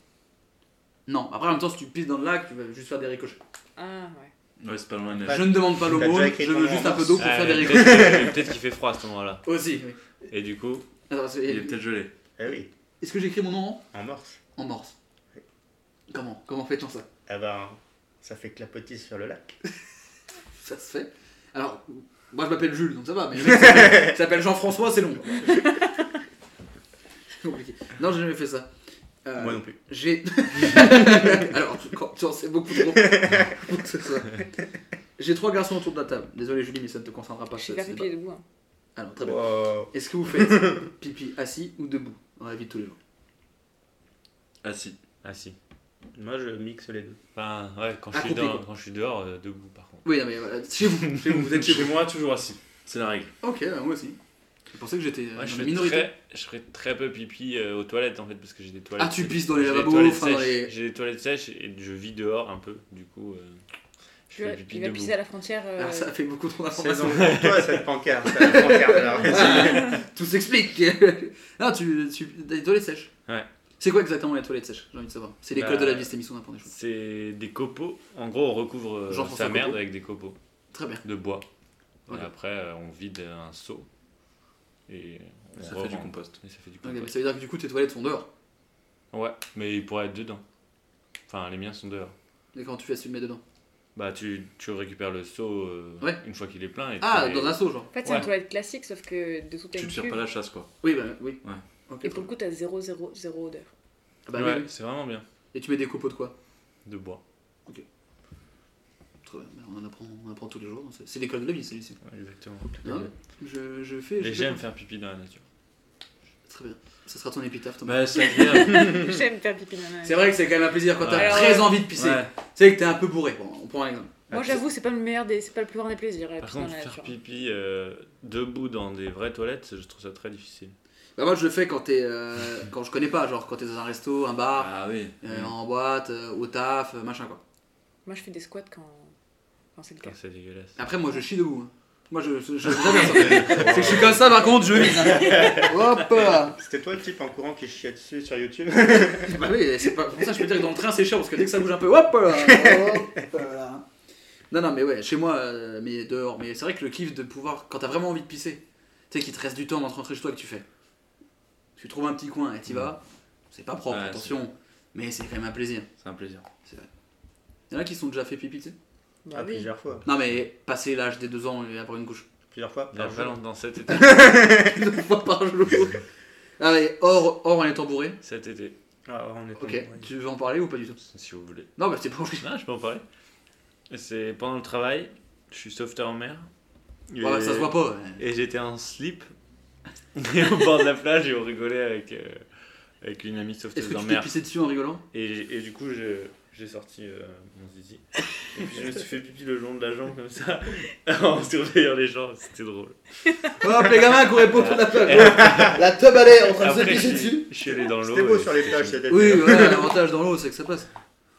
Non, après en même temps, si tu pisses dans le lac, tu vas juste faire des ricochets.
Ah, ouais.
Ouais, c'est pas loin de la
Je ne demande pas
T'as déjà
l'aumône,
écrit
je
ton
veux
nom
juste
en
un peu
mars.
d'eau pour
Ah,
faire des
mais
ricochets.
Peut-être peut-être qu'il fait froid à ce moment-là.
Aussi, oui.
Et du coup,
Attends, c'est-
Il est peut-être gelé.
Eh oui,
Est-ce que j'écris mon nom en-
en morse.
en morse Comment Comment fait-on ça
Eh ben, ça fait clapotis sur le lac.
Ça se fait. Alors, moi je m'appelle Jules, donc ça va, mais le mec s'appelle- il s'appelle Jean-François, c'est long. C'est compliqué. Non, j'ai jamais fait ça.
Ah,
Euh,
Moi non plus.
J'ai. Alors, quand tu en sais beaucoup trop. pour que ce soit. J'ai trois garçons autour de la table. Désolé Julie, mais Oh, ça ne te concernera pas.
Je
ce-
sais pas
ce
pipi
débat.
debout. hein.
Alors, très bien.
Wow.
Est-ce que vous faites pipi assis ou debout dans la vie de tous les jours
Ah si.
ah si.
Moi, je mixe les deux.
Enfin, ouais, quand je suis,
Accroupi,
dehors-
quoi.
quand je suis dehors, euh, debout par contre.
Oui, non, mais voilà, chez vous. Chez vous, vous êtes chez
Chez
vous.
moi, toujours assis. C'est la règle.
Ok, bah, moi aussi. Je pensais que j'étais euh,
Ouais, je,
dans la
fais
minorité.
très, je fais très peu pipi euh, aux toilettes en fait parce que j'ai des toilettes.
Ah, tu pisses dans les
j'ai des
lavabos,
toilettes
enfin, dans
sèches.
les-
J'ai des toilettes sèches et je vis dehors un peu. Du coup, euh, je
Tu
fais
vas,
pipi
il va
debout.
pisser à la frontière. euh,
Alors, ça fait beaucoup trop
C'est
d'informations.
donc pour toi cette pancarte, la pancarte de la Russie.
Tout s'explique. non, tu, tu t'as des toilettes sèches.
Ouais.
C'est quoi exactement les toilettes sèches J'ai envie de savoir. C'est l'école
Bah,
de la vie, cette émission d'apprendre des choses.
C'est des copeaux. En gros, on recouvre euh,
Jean-François
sa merde
Copeau.
avec des copeaux
Très bien.
de bois.
Ok.
Et après, euh, on vide un seau et on
Ça fait du
revend.
compost.
Et ça fait du
Ok, bah, mais
compost.
ça veut dire que du coup, tes toilettes sont dehors.
Ouais, mais il pourrait être dedans. Enfin, les miens sont dehors.
Et quand tu fais assumer dedans
Bah, tu, tu récupères le seau euh,
Ouais.
une fois qu'il est plein. Et
Ah,
tu les-
dans un seau, genre.
En fait, c'est
Ouais.
une toilette classique, sauf que de tout à
Tu
une
tires
cuve.
pas la chasse quoi.
Oui, bah oui.
Ouais.
Ok, très
Et pour le
bien.
coup, t'as 0, 0, 0 odeur.
Ah bah,
ouais,
oui, oui.
c'est vraiment bien.
Et tu mets des copeaux de quoi
De bois.
Très bien. Bah, On en apprend, on en apprend tous les jours. C'est- C'est l'école de la vie, celui-ci.
Ouais, exactement.
Non, mais je, je fais. je
Et
fais
j'aime faire pipi dans la nature.
comme- Très bien. Ça sera ton épitaphe, Thomas.
Bah, c'est agréable.
J'aime faire pipi dans la
C'est vrai que c'est quand même un plaisir quand t'as
Ouais.
très envie de pisser.
Ouais.
Tu sais que t'es un peu bourré. Bon, on prend un exemple.
Moi, j'avoue, c'est pas le meilleur des, c'est pas le plus grand des plaisirs, la
Par
piscine dans
contre,
la
faire
nature.
pipi euh, debout dans des vraies toilettes, je trouve ça très difficile.
Bah, moi, je le fais quand t'es. euh, quand je connais pas, genre quand t'es dans un resto, un bar.
Ah oui.
Euh, en boîte, euh, au taf, euh, machin quoi.
Moi, je fais des squats quand, quand c'est le cas.
Putain, C'est dégueulasse.
Après, moi je chie debout. hein. Moi je. je, je- j'aime bien ça. C'est que je suis comme ça, par contre, je vise. hein. Hop là.
C'était toi le type en courant qui chiait dessus sur YouTube
Ah
Bah oui, c'est pas pour ça que je peux dire que dans le train c'est chiant parce que dès que ça bouge un peu, hop là Hop euh, là Non, non, mais ouais, chez moi, euh, mais dehors. Mais c'est vrai que le kiff de pouvoir, quand t'as vraiment envie de pisser, tu sais qu'il te reste du temps avant de rentrer chez toi que tu fais. Tu trouves un petit coin et t'y vas. C'est pas propre,
Ouais, c'est
attention, mais c'est quand même un plaisir.
C'est un plaisir.
Y'en a qui se sont déjà fait pipi, tu sais.
Bah
Ah,
oui.
plusieurs fois.
Non, mais passer l'âge des deux ans et avoir une couche.
Plusieurs fois
Ah,
Il y a
par
pas
jour.
longtemps, cet été.
deux fois par jour. Ah, Allez, or, or en étant bourré.
cet été,
Ah, on est
Ok,
tombé.
tu veux en parler ou pas du tout
si vous voulez.
Non, bah c'est pas obligé.
Non, je peux en parler. C'est pendant le travail, je suis sauveteur en mer. Et-
Ouais, ça se voit pas. ouais.
Et j'étais en slip. Et au bord de la plage, et on rigolait avec, euh, avec une amie
Est-ce
sauveteuse
que
en
tu t'es
mer.
pissé dessus en rigolant
Et, j'ai- et du coup, je- j'ai sorti euh, mon zizi. Et puis je me suis fait pipi le long de la jambe comme ça, en surveillant les gens. C'était drôle.
Hop, les gamins, courez pas autour de la teub. La teub, elle est en train de se pisser
Après, je suis-
dessus.
je suis allé dans l'eau.
C'était beau
et
sur les
c'était
plages
fini.
cette année.
Oui, voilà, l'avantage dans l'eau, c'est que ça passe.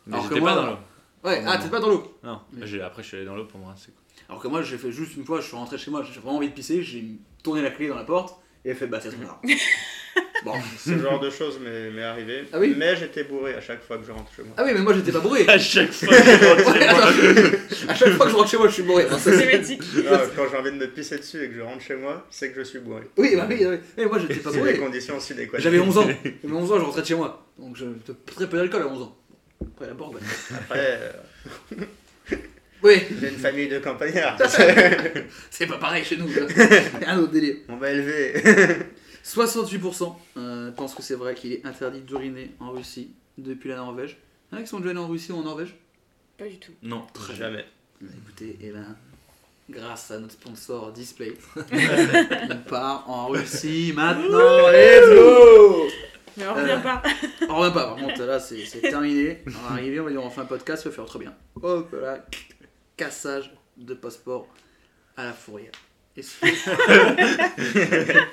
Mais
Alors
j'étais
que
pas
moi,
dans l'eau.
Ouais, ah, t'es pas dans l'eau.
Non,
Mais-
j'ai- après je suis allé dans l'eau pour me rincer. quoi.
Alors que moi, j'ai fait juste une fois, je suis rentré chez moi, j'ai vraiment envie de pisser, j'ai tourné la clé dans la porte et fait bah c'est trop tard. Bon.
Ce genre de choses m'est m'est arrivé.
Ah oui
Mais j'étais bourré à chaque fois que je rentre chez moi.
Ah oui, mais moi j'étais pas bourré.
À chaque fois que je rentre
Ouais,
chez moi,
attends, à chaque fois que je rentre chez moi, je suis bourré. Enfin, ça, c'est-
Systématique.
Non, quand j'ai envie de me pisser dessus et que je rentre chez moi, c'est que je suis bourré.
Oui, bah oui, oui. Mais moi j'étais pas
C'est les
bourré.
conditions aussi
Ouais,
adéquates.
J'avais 11 ans. J'avais 11 ans, je rentrais de chez moi. Donc je très peu d'alcool à 11 ans. Après la Bourgogne.
Après, euh,
Oui,
j'ai une famille de campagnards.
c'est pas pareil chez nous. quoi. C'est un autre délire.
On va élever.
68% euh, pensent que c'est vrai qu'il est interdit d'uriner en Russie depuis la Norvège. Il y en a qui sont déjà allés en Russie ou en Norvège
Pas du tout.
Non.
Jamais.
Bah, Écoutez, et ben, grâce à notre sponsor Display, on part en Russie maintenant. Let's go
Mais on revient pas.
On revient pas, par contre, là c'est c'est terminé. On va arriver, on va dire on fait un podcast, ça va faire très bien. Hop là, cassage de passeport à la fourrière. Est-ce que-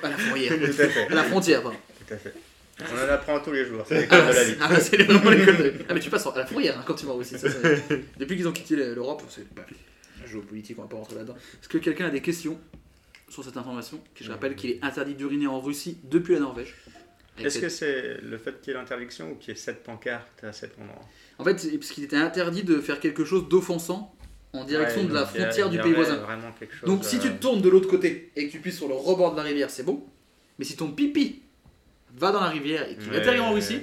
à la fourrière,
Tout à fait.
à la frontière, pardon.
Tout à fait. On en apprend tous les jours. C'est l'école de la vie.
Ah, bah, c'est vraiment l'école de- Ah, mais tu passes en- à la fourrière hein, quand tu vas en Russie. ça, c'est- Depuis qu'ils ont quitté l'Europe, c'est bah, la géopolitique, on va pas rentrer là-dedans. Est-ce que quelqu'un a des questions sur cette information, qui je rappelle qu'il est interdit d'uriner en Russie depuis la Norvège. Avec
Est-ce
cette-
que c'est le fait qu'il y ait l'interdiction ou qu'il y ait sept pancartes à cet endroit
En fait, c'est parce qu'il était interdit de faire quelque chose d'offensant en direction
Ouais,
de la
donc il y a-
frontière
il y
du pays
aurait
voisin.
Vraiment quelque chose,
Donc si tu
euh,
te tournes de l'autre côté et que tu puisses sur le rebord de la rivière, c'est bon. Mais si ton pipi va dans la rivière et qu'il
ouais,
atterrit en Russie,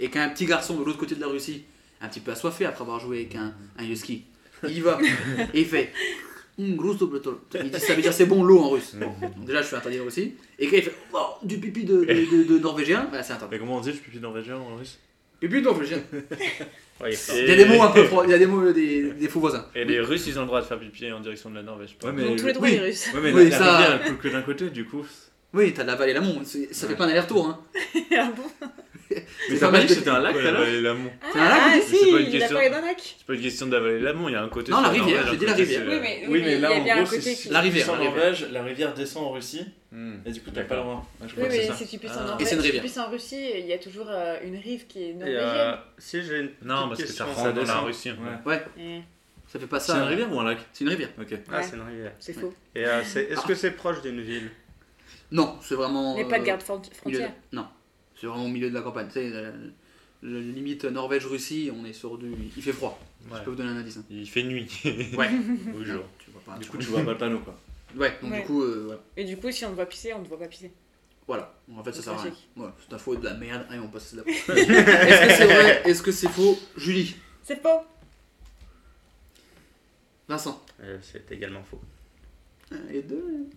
et qu'un petit garçon de l'autre côté de la Russie, un petit peu assoiffé après avoir joué avec un, un husky, il y va et il fait Hum, grosse double tôle. Il dit ça veut dire c'est bon l'eau en russe. Donc déjà je suis interdit en Russie. Et quand il fait Oh, du pipi de, de- de- de norvégien, bah c'est interdit.
Mais comment on dit le pipi norvégien en russe
Pipi de norvégien.
ouais, il faut-
Il y a des mots un peu froids, il y a des mots euh, des, des faux voisins.
Et les Russes, ils ont le droit de faire pipi en direction de la Norvège. je pense.
Ouais, mais,
Donc tous les droits
oui.
des Russes.
ouais, mais
Oui,
la,
ça-
la rivière, elle coule que d'un côté, du coup.
Oui, t'as de la vallée et l'amont, c'est- ça fait pas un aller-retour. Hein.
ah bon
Mais
C'est
t'as
pas
pas
mal
dit que c'était un lac,
Ouais,
là
bah, l'amont.
C'est un lac
Ah,
ou
c'est
si,
pas une
il a
question
parlé d'un lac.
C'est pas une question d'avaler l'amont, il y a un côté.
Non,
sur
la rivière,
Norvège,
j'ai
un
dit la
côté
rivière.
sur-
Oui, mais, oui, mais il y a bien un côté qui.
La rivière,
En
la rivière.
Norvège, la rivière descend en Russie,
Hmm.
et du coup, t'as pas le droit. Ouais,
Oui,
je crois que c'est
mais
ça.
si tu puisses
Ah.
en
Et
Norvège,
c'est une
si tu
rivière.
puisses en Russie, il y a toujours euh, une rive qui est
Et, euh,
norvégienne.
si j'ai une
Non, parce
petite
que ça
question.
rentre dans la
descend.
Russie.
Ouais.
Mm.
Ça fait pas ça.
C'est une rivière ou un lac
C'est une rivière.
Ok.
Ah,
Ouais.
c'est une rivière.
C'est faux.
Et euh, c'est- est-ce que c'est proche d'une ville
Non, c'est vraiment.
Mais pas de
euh,
garde fronti-
milieu de-
frontière.
Non, c'est vraiment au milieu de la campagne. Tu sais, la, la limite Norvège-Russie, on est sur du. Il fait froid. Je
Ouais.
peux vous donner un indice. hein.
Il fait nuit.
Ouais.
Ou jour.
Tu vois pas.
Du coup, tu vois pas le panneau, quoi.
Ouais, donc
Ouais.
du coup, euh, ouais.
Et du coup, si on te voit pisser, on te voit pas pisser.
voilà. En fait, ça
C'est
sert à rien.
tragique.
Voilà, c'est un faux de la merde. Allez, on passe à la Est-ce que c'est vrai Est-ce que c'est faux Julie,
C'est faux.
Vincent. Ah,
Euh, C'est également faux.
Les deux,
Mm.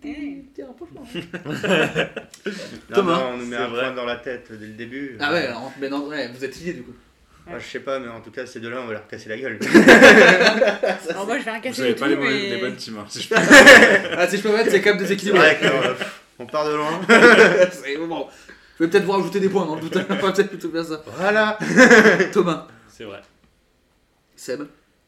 petit rapprochement.
Non,
Thomas,
non, on nous met
c'est
un
vrai.
point dans la tête dès le début.
Ah ouais, alors, mais non, ouais, vous êtes liés du coup.
Moi, je sais pas, mais en tout cas, ces deux-là, on va leur casser la gueule.
Alors moi, je vais un
Vous
casser
avez
tout,
pas les,
mais...
bonnes- les bonnes teams, hein, si je peux
Ah, si je peux mettre, c'est quand même
C'est
déséquilibré.
vrai que, euh, pff, on part de loin.
C'est- bon, je vais peut-être vous rajouter des points dans le doute. On va peut-être plutôt faire ça.
Voilà.
Thomas,
C'est vrai.
Seb.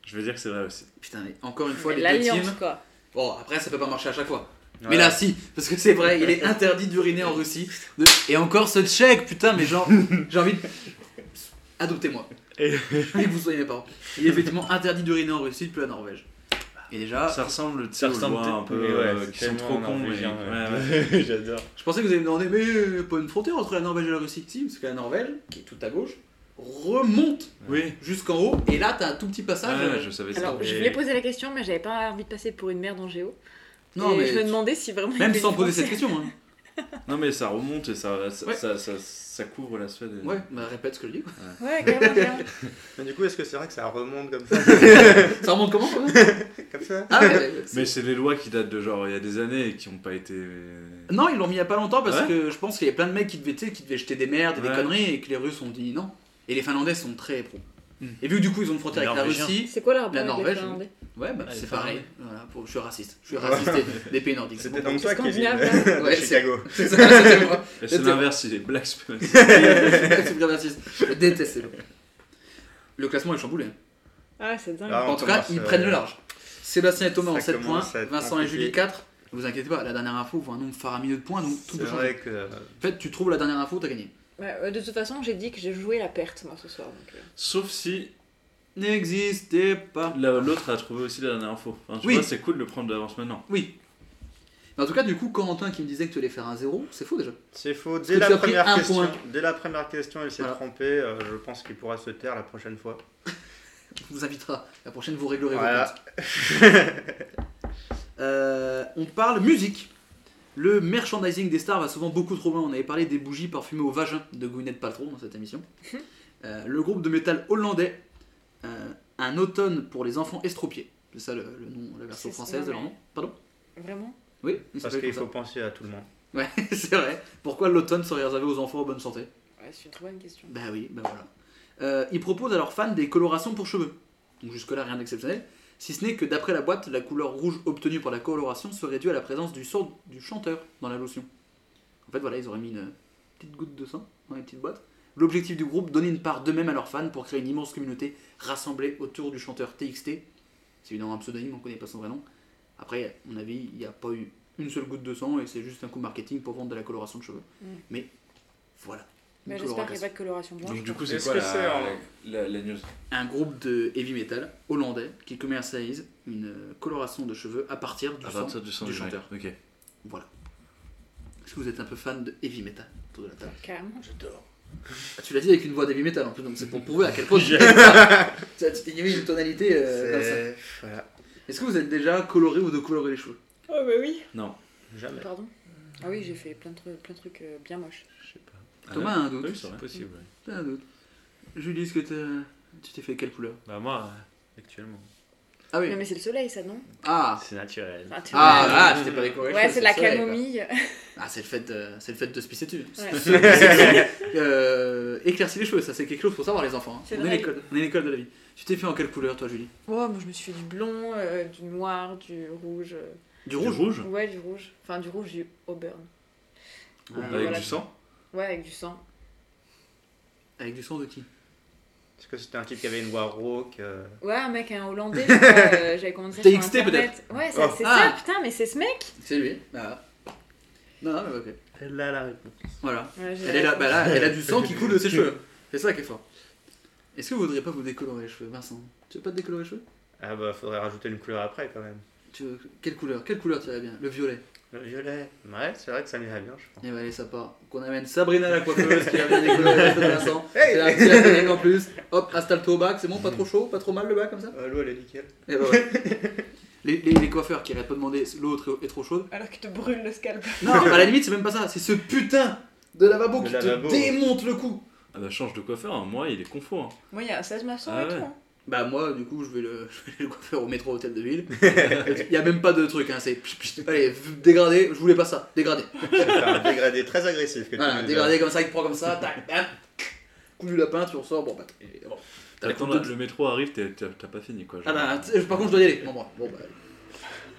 Je veux dire que c'est vrai aussi.
Putain, mais encore une
Mais
fois, les deux
L'alliance,
teams.
quoi.
Bon, après, ça peut pas marcher à chaque fois. Mais là, si, parce que c'est vrai, il est interdit d'uriner en Russie. De- Et encore ce tchèque, putain, mais genre, j'ai envie de. Adoptez-moi.
Et-
J'ai envie que vous soyez mes parents. Il est effectivement interdit d'uriner en Russie depuis la Norvège. Et déjà,
Ça ressemble, tu sais,
Ça
aux
ressemble
lois un
peut-être-
peu
mais ouais,
euh,
c'est
qui sont
tellement
trop cons. mais-
norvégien,
ouais, ouais.
J'adore.
je pensais que vous allez me demander, mais euh, pas une frontière entre la Norvège et la Russie Si, parce que la Norvège, qui est tout à gauche, remonte
Oui.
jusqu'en haut, et là, t'as un tout petit passage. euh,
Ouais, je savais ça.
Alors, je voulais poser la question, mais j'avais pas envie de passer pour une merde en géo.
non,
et
mais.
je me demandais si vraiment. il y
Même
avait
sans
une
poser cette
frontière.
question. hein.
Non, mais ça remonte et ça, ça,
Ouais.
ça, ça- ça couvre la Suède. et-
Ouais, bah, répète ce que je dis. quoi.
Ouais, carrément, carrément.
Mais du coup, est-ce que c'est vrai que ça remonte comme ça
Ça remonte comment quand même
Comme ça
Ah, ouais, ouais, c'est-
Mais c'est des lois qui datent de genre il y a des années et qui n'ont pas été. Ouais,
Non, ils l'ont mis il y a pas longtemps parce
Ouais.
que je pense qu'il y avait plein de mecs qui devaient, tu sais, qui devaient jeter des merdes et des
Ouais.
conneries et que les Russes ont dit non. Et les Finlandais sont très pro.
Hmm.
Et vu que du coup ils ont une frontière
Les
avec la
Norvégiens.
Russie,
C'est quoi leur rapport
La
avec les
Norvège,
Finlandais
ouais, bah,
Ah, les
c'est pareil.
Finlandais.
Voilà, pour- je suis raciste. Je suis raciste des- des pays nordiques.
C'était
Bon,
donc toi qui
Scandinave,
de
Ouais, c'est-
Chicago.
c'est ça, c'était moi.
et c'est
c'est-
l'inverse, il est Black Space.
C'est bien raciste. Je déteste. le- Le classement est chamboulé. hein.
Ah, c'est dingue.
Ah, on
En tout cas,
commence,
ils
euh,
prennent le large. Sébastien et Thomas
ça
ont 7 points,
commence à être
Vincent et
compliqué.
Julie 4. Ne vous inquiétez pas, la dernière info vaut un nombre faramineux de points, donc tout
C'est
peut changer.
vrai que. euh,
En fait, tu trouves la dernière info, t'as gagné.
Ouais, euh, de toute façon, j'ai dit que j'ai joué la perte, moi, ce soir. donc, euh.
Sauf si
N'existez pas.
la- l'autre a trouvé aussi la dernière info. Enfin, tu
Oui.
vois, c'est cool de le prendre d'avance maintenant.
Oui. Mais en tout cas, du coup, Corentin qui me disait que tu allais faire un zéro, c'est faux déjà.
C'est faux.
que
Dès
tu
la,
as pris
première
un
question,
point.
dès la première question, il s'est
Voilà.
trompé. Euh, je pense qu'il pourra se taire la prochaine fois.
On vous invitera. La prochaine, vous réglerez vos
Voilà.
comptes. Euh, on parle musique. Le merchandising des stars va souvent beaucoup trop loin. On avait parlé des bougies parfumées au vagin de Gwyneth Paltrow dans cette émission. Euh, le groupe de métal hollandais, euh, Un automne pour les enfants estropiés. C'est ça le, le nom, la version
C'est-
française de leur
non,
nom. Pardon
Vraiment
Oui il
Parce
s'appelle
qu'il
comme
faut penser à tout le monde.
ça. Ouais, c'est vrai. Pourquoi l'automne serait réservé aux enfants en bonne santé
Ouais, c'est une très bonne question.
Bah oui, bah voilà. Euh, ils proposent à leurs fans des colorations pour cheveux. Donc jusque-là, rien d'exceptionnel. Si ce n'est que d'après la boîte, la couleur rouge obtenue par la coloration serait due à la présence du sang du chanteur dans la lotion. En fait, voilà, ils auraient mis une euh, petite goutte de sang dans les petites boîtes. L'objectif du groupe, donner une part d'eux-mêmes à leurs fans pour créer une immense communauté rassemblée autour du chanteur TXT. C'est évidemment un pseudonyme, on connaît pas son vrai nom. Après, à mon avis, il n'y a pas eu une seule goutte de sang et c'est juste un coup marketing pour vendre de la coloration de cheveux.
Mm.
Mais voilà. Une
Mais j'espère
coloration.
qu'il n'y a pas de coloration blanche.
Donc, du
quoi.
coup, c'est
Est-ce
quoi
que
la,
c'est hein. en-
la- la- la news
un groupe de heavy metal hollandais qui commercialise une euh, coloration de cheveux à partir du
À
sang
partir du sang
du
du mec.
chanteur.
Ok.
Voilà. Est-ce que vous êtes un peu fan de heavy metal autour de la table
Carrément.
Ah, Tu l'as dit avec une voix d'heavy metal en plus, donc c'est pour prouver à quel point tu- Ça, tu- il y avait une tonalité euh, comme ça.
C'est- Voilà.
Est-ce que vous êtes déjà coloré ou de colorer les cheveux
Oh bah oui.
Jamais.
Pardon Ah oui, j'ai fait plein de trucs, plein de trucs euh, bien moches.
Je sais pas.
Thomas a un doute.
Oui, c'est vrai.
C'est possible. ouais.
T'as un doute. Julie, est-ce que t'as- tu t'es fait quelle couleur
Bah, moi, euh, actuellement,
Ah oui.
Non mais c'est le soleil ça, non
Ah
c'est naturel.
Enfin, tu
ah,
vois.
ah, tu t'es pas décoré. les
Ouais,
cheveux,
c'est de la
le soleil, quoi.
camomille.
Ah, c'est le fait de, c'est le fait de se pisser dessus.
Ouais.
Se pisser dessus. Euh, éclaircir les cheveux, ça c'est quelque chose pour savoir les enfants. hein.
C'est
On est
vrai.
l'école, on est l'école de la vie. Tu t'es fait en quelle couleur toi, Julie
Oh, moi je me suis fait du blond, euh, du noir, du rouge. euh.
Du
Rouge,
rouge.
rouge
Ouais, du rouge. Enfin, du rouge, du auburn.
Ah,
Avec
voilà.
du sang
Ouais, avec du sang.
Avec du sang de qui
Est-ce que c'était un type qui avait une voix rauque euh,
Ouais, un mec, un Hollandais, je crois, euh, j'avais commencé sur
TXT,
Internet. Ouais, ça-
Oh.
c'est
Ah.
ça, putain, mais c'est ce mec
C'est lui. Ah. Non, non, mais ok.
Elle a la réponse.
Voilà.
Ouais, j'ai-
Elle, est là, bah là, elle a du sang qui coule de ses cheveux. C'est ça qui est fort. Est-ce que vous voudriez pas vous décolorer les cheveux, Vincent Tu veux pas te décolorer les cheveux
Ah bah faudrait rajouter une couleur après quand même.
Tu veux- Quelle couleur Quelle couleur t'irait bien Le violet.
Le violet. Ouais, c'est vrai que ça m'irait bien, je pense.
Et bah allez, ça part. Qu'on amène Sabrina la coiffeuse qui va bien décolorer les cheveux de Vincent. C'est un petit acrylique en plus. Hop, installe-toi au bac, c'est bon, pas trop chaud, pas trop mal le bac comme ça
Euh, L'eau elle est nickel.
Eh ben ouais. les, les- les coiffeurs qui arrêtent pas de demander l'eau est trop- est trop chaude.
Alors qu'il te brûle le scalp.
Non, à la limite, c'est même pas ça. C'est ce putain de lavabo
Le
qui
lavabo.
te démonte le cou.
Ah bah change de coiffeur, hein. moi il est confort. hein.
Moi, il y a 16 maçons
Ah
et tout.
ouais.
hein.
Bah, moi, du coup, je vais le, je vais le coiffeur au métro hôtel de ville. Il y a même pas de truc, hein. C'est pchit, pchit. allez, v- dégradé. Je voulais pas ça. Dégradé.
C'est un dégradé très agressif que tu
Voilà,
nous
dégradé comme ça, il te prend comme ça. Tac, bam. Coup du lapin, tu ressors. Bon, bah, et bon. T'as la
Attends,
coupe
là,
de-
le métro arrive, t'es- t'as t'as pas fini quoi.
Ah
genre.
bah, tu sais, par contre, je dois y aller. Bon, bon, bon, bah.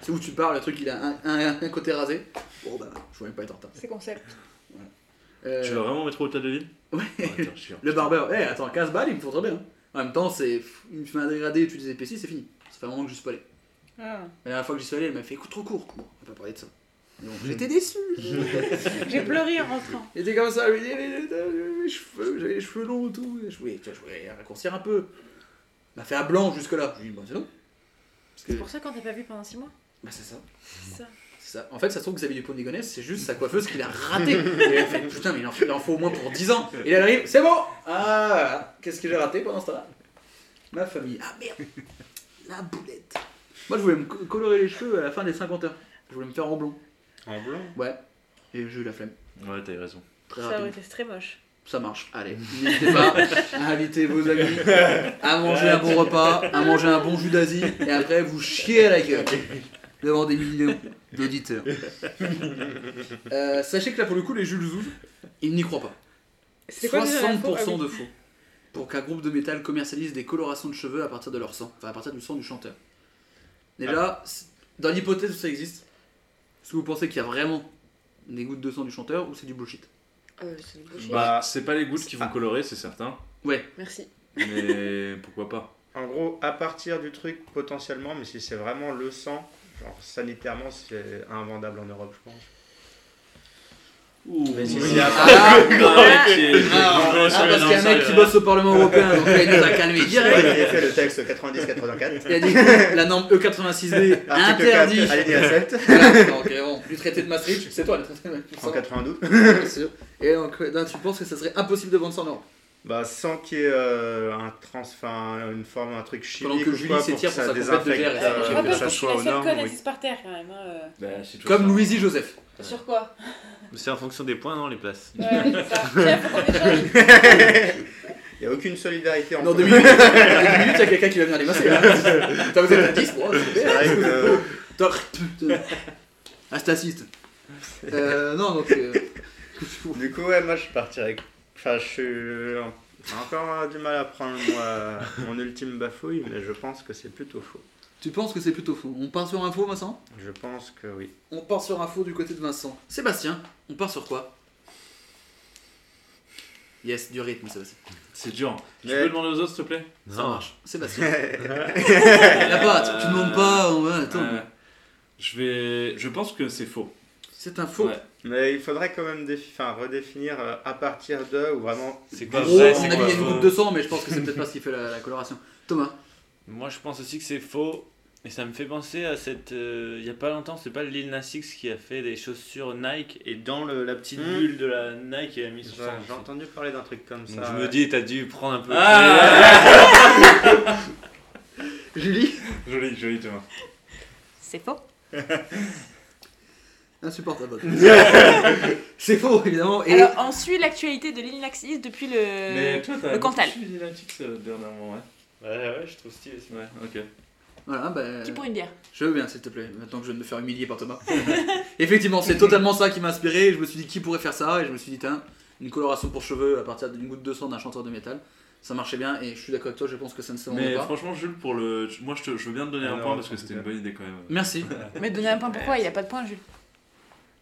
C'est où tu pars, le truc, il a un, un- un côté rasé. Bon, bah, je vais même pas être en retard.
C'est concept.
Euh,
Tu vas vraiment mettre au hôtel de ville
Ouais.
Ah, attends, chiant.
Le barbeur, eh attends, 15 balles, il me faut très bien. En même temps, c'est il me fait un dégradé, utiliser des PC, c'est fini. Ça fait un moment que je suis pas allé.
Ah.
La dernière fois que j'y suis allé, elle m'a fait écoute trop court. Bon, on va pas parler de ça. Mais bon, J'étais déçu.
J'ai pleuré en rentrant.
J'étais comme ça, je lui dis, mais, mais, mais, mes cheveux, j'avais les cheveux longs et tout. Et je voulais, je voulais raccourcir un peu. Elle m'a fait un blanc jusque-là. Je lui ai dit, bah c'est long. Parce que,
C'est pour ça qu'on t'a pas vu pendant 6 mois.
bah c'est ça.
C'est ça.
C'est ça. En fait, ça se trouve que Xavier Dupont de Ligonnès, c'est juste sa coiffeuse qu'il a raté. Et elle a fait putain, mais il en, faut, il en faut au moins pour 10 ans. Et là, elle arrive, c'est bon Ah, voilà. qu'est-ce que j'ai raté pendant ce temps-là Ma famille. Ah merde La boulette Moi, je voulais me co- colorer les cheveux à la fin des 50 heures. Je voulais me faire en blond.
En blond
Ouais. Et j'ai eu la flemme.
Ouais, t'as eu raison.
Très
Ça aurait
rapide.
été très moche.
Ça marche. Allez, n'hésitez pas à inviter vos amis, à manger un bon repas, à manger un bon jus d'Asie, et après vous chier à la gueule devant des millions d'auditeurs. Euh, sachez que là, pour le coup, les Jules Zouz, ils n'y croient pas.
C'est quoi déjà la
60%
faux- ah oui.
de faux. Pour qu'un groupe de métal commercialise des colorations de cheveux à partir de leur sang, enfin à partir du sang du chanteur. Déjà, là, c'est- dans l'hypothèse où ça existe, est-ce que vous pensez qu'il y a vraiment des gouttes de sang du chanteur ou c'est du bullshit
Euh, c'est une bouchée.
Bah, c'est pas les gouttes qui vont
Ah.
colorer, c'est certain.
Merci.
Mais pourquoi pas
En gros, à partir du truc potentiellement, mais si c'est vraiment le sang, genre sanitairement c'est invendable en Europe, je pense.
Ouh,
Vas-y,
vas-y.
Ah, Ah,
Ah,
ah, parce qu'il y a un mec qui bosse au Parlement européen, donc là, il nous a calmé
Ouais,
direct.
il a fait le texte 90-84.
Il a dit que la norme E86D
Article
interdit.
4, alinéa 7,
Voilà, donc, euh, bon, du traité de Maastricht, c'est toi le traité de Maastricht.
en 92.
Bien sûr. Et donc, euh, là, tu penses que ça serait impossible de vendre ça en Europe
Bah, sans qu'il y ait euh, un trans, enfin, une forme, un truc chimique.
Pendant que
ou
Julie
quoi,
s'étire pour sa compète de
désinfecte,
GRS.
euh,
je
que
rappelle
ça
que je suis bah,
soit
la
au
seule
nord,
conne
oui.
assise par terre quand même. hein,
Bah,
Comme Louisie Joseph.
euh. Sur quoi
C'est en fonction des points, non, les places
Ouais, c'est ça. Tiens, faut qu'on échange.
Il n'y a aucune solidarité entre
Dans deux minutes, dans deux minutes, il y a quelqu'un qui va venir les masser. là. Putain, vous êtes à 10 bon, c'est
C'est vrai
bien.
que-
Putain, putain. Ah, je t'assiste. Euh, non, donc. euh,
du coup, ouais, moi je partirais. Enfin, je suis en- j'ai encore euh, du mal à prendre moi, mon ultime bafouille, mais je pense que c'est plutôt faux.
tu penses que c'est plutôt faux On part sur un faux, Vincent
Je pense que oui.
On part sur un faux du côté de Vincent. Sébastien, on part sur quoi Yes, du rythme, Sébastien.
C'est dur. Tu
Mais-
peux demander aux autres, s'il te plaît
Ça
Non,
marche. Sébastien. Là pas, tu, tu demandes pas. on va- attends.
Euh, Je vais. Je pense que c'est faux.
C'est un faux.
Ouais.
Mais il faudrait quand même défi- enfin, redéfinir euh, à partir de ou vraiment.
c'est
Bah,
En
quoi
gros,
vrai,
on
Bah, c'est
a mis
quoi
il y a une
faux
goutte de sang, mais je pense que c'est peut-être pas ce qui fait la, la coloration. Thomas,
Moi, je pense aussi que c'est faux. Et ça me fait penser à cette. euh, Il y a pas longtemps, c'est pas Lil Nas X qui a fait des chaussures Nike et dans le- la petite
Hmm.
bulle de la Nike, il a mis son sang.
J'ai entendu parler d'un truc comme
Donc
ça.
je me dis, t'as dû prendre un peu.
Ah
Julie
Joli, joli Thomas.
C'est faux.
Insupportable. c'est faux, évidemment. Et
Alors, on suit l'actualité de l'île Naxis depuis le.
Mais toi, t'as
le Cantal.
beaucoup suivi Lunatics, euh, dernièrement, ouais.
Ouais, ouais, je trouve stylé. c'est-
Ouais, ok.
voilà, ben,
Qui pour une bière
je veux bien, s'il te plaît. Maintenant que je viens de me faire humilier par Thomas. Effectivement, c'est totalement ça qui m'a inspiré. Je me suis dit qui pourrait faire ça, et je me suis dit tiens, une coloration pour cheveux à partir d'une goutte de sang d'un chanteur de métal, ça marchait bien. Et je suis d'accord avec toi, je pense que ça ne se vendait
Mais
pas.
franchement, Jules, pour le. Moi, je, te- je veux bien te donner
Ah
un
non,
point parce que
c'est
c'était une
bien.
bonne idée quand même.
Merci.
euh,
Mais donnez un point pourquoi Il n'y a pas de point, Jules.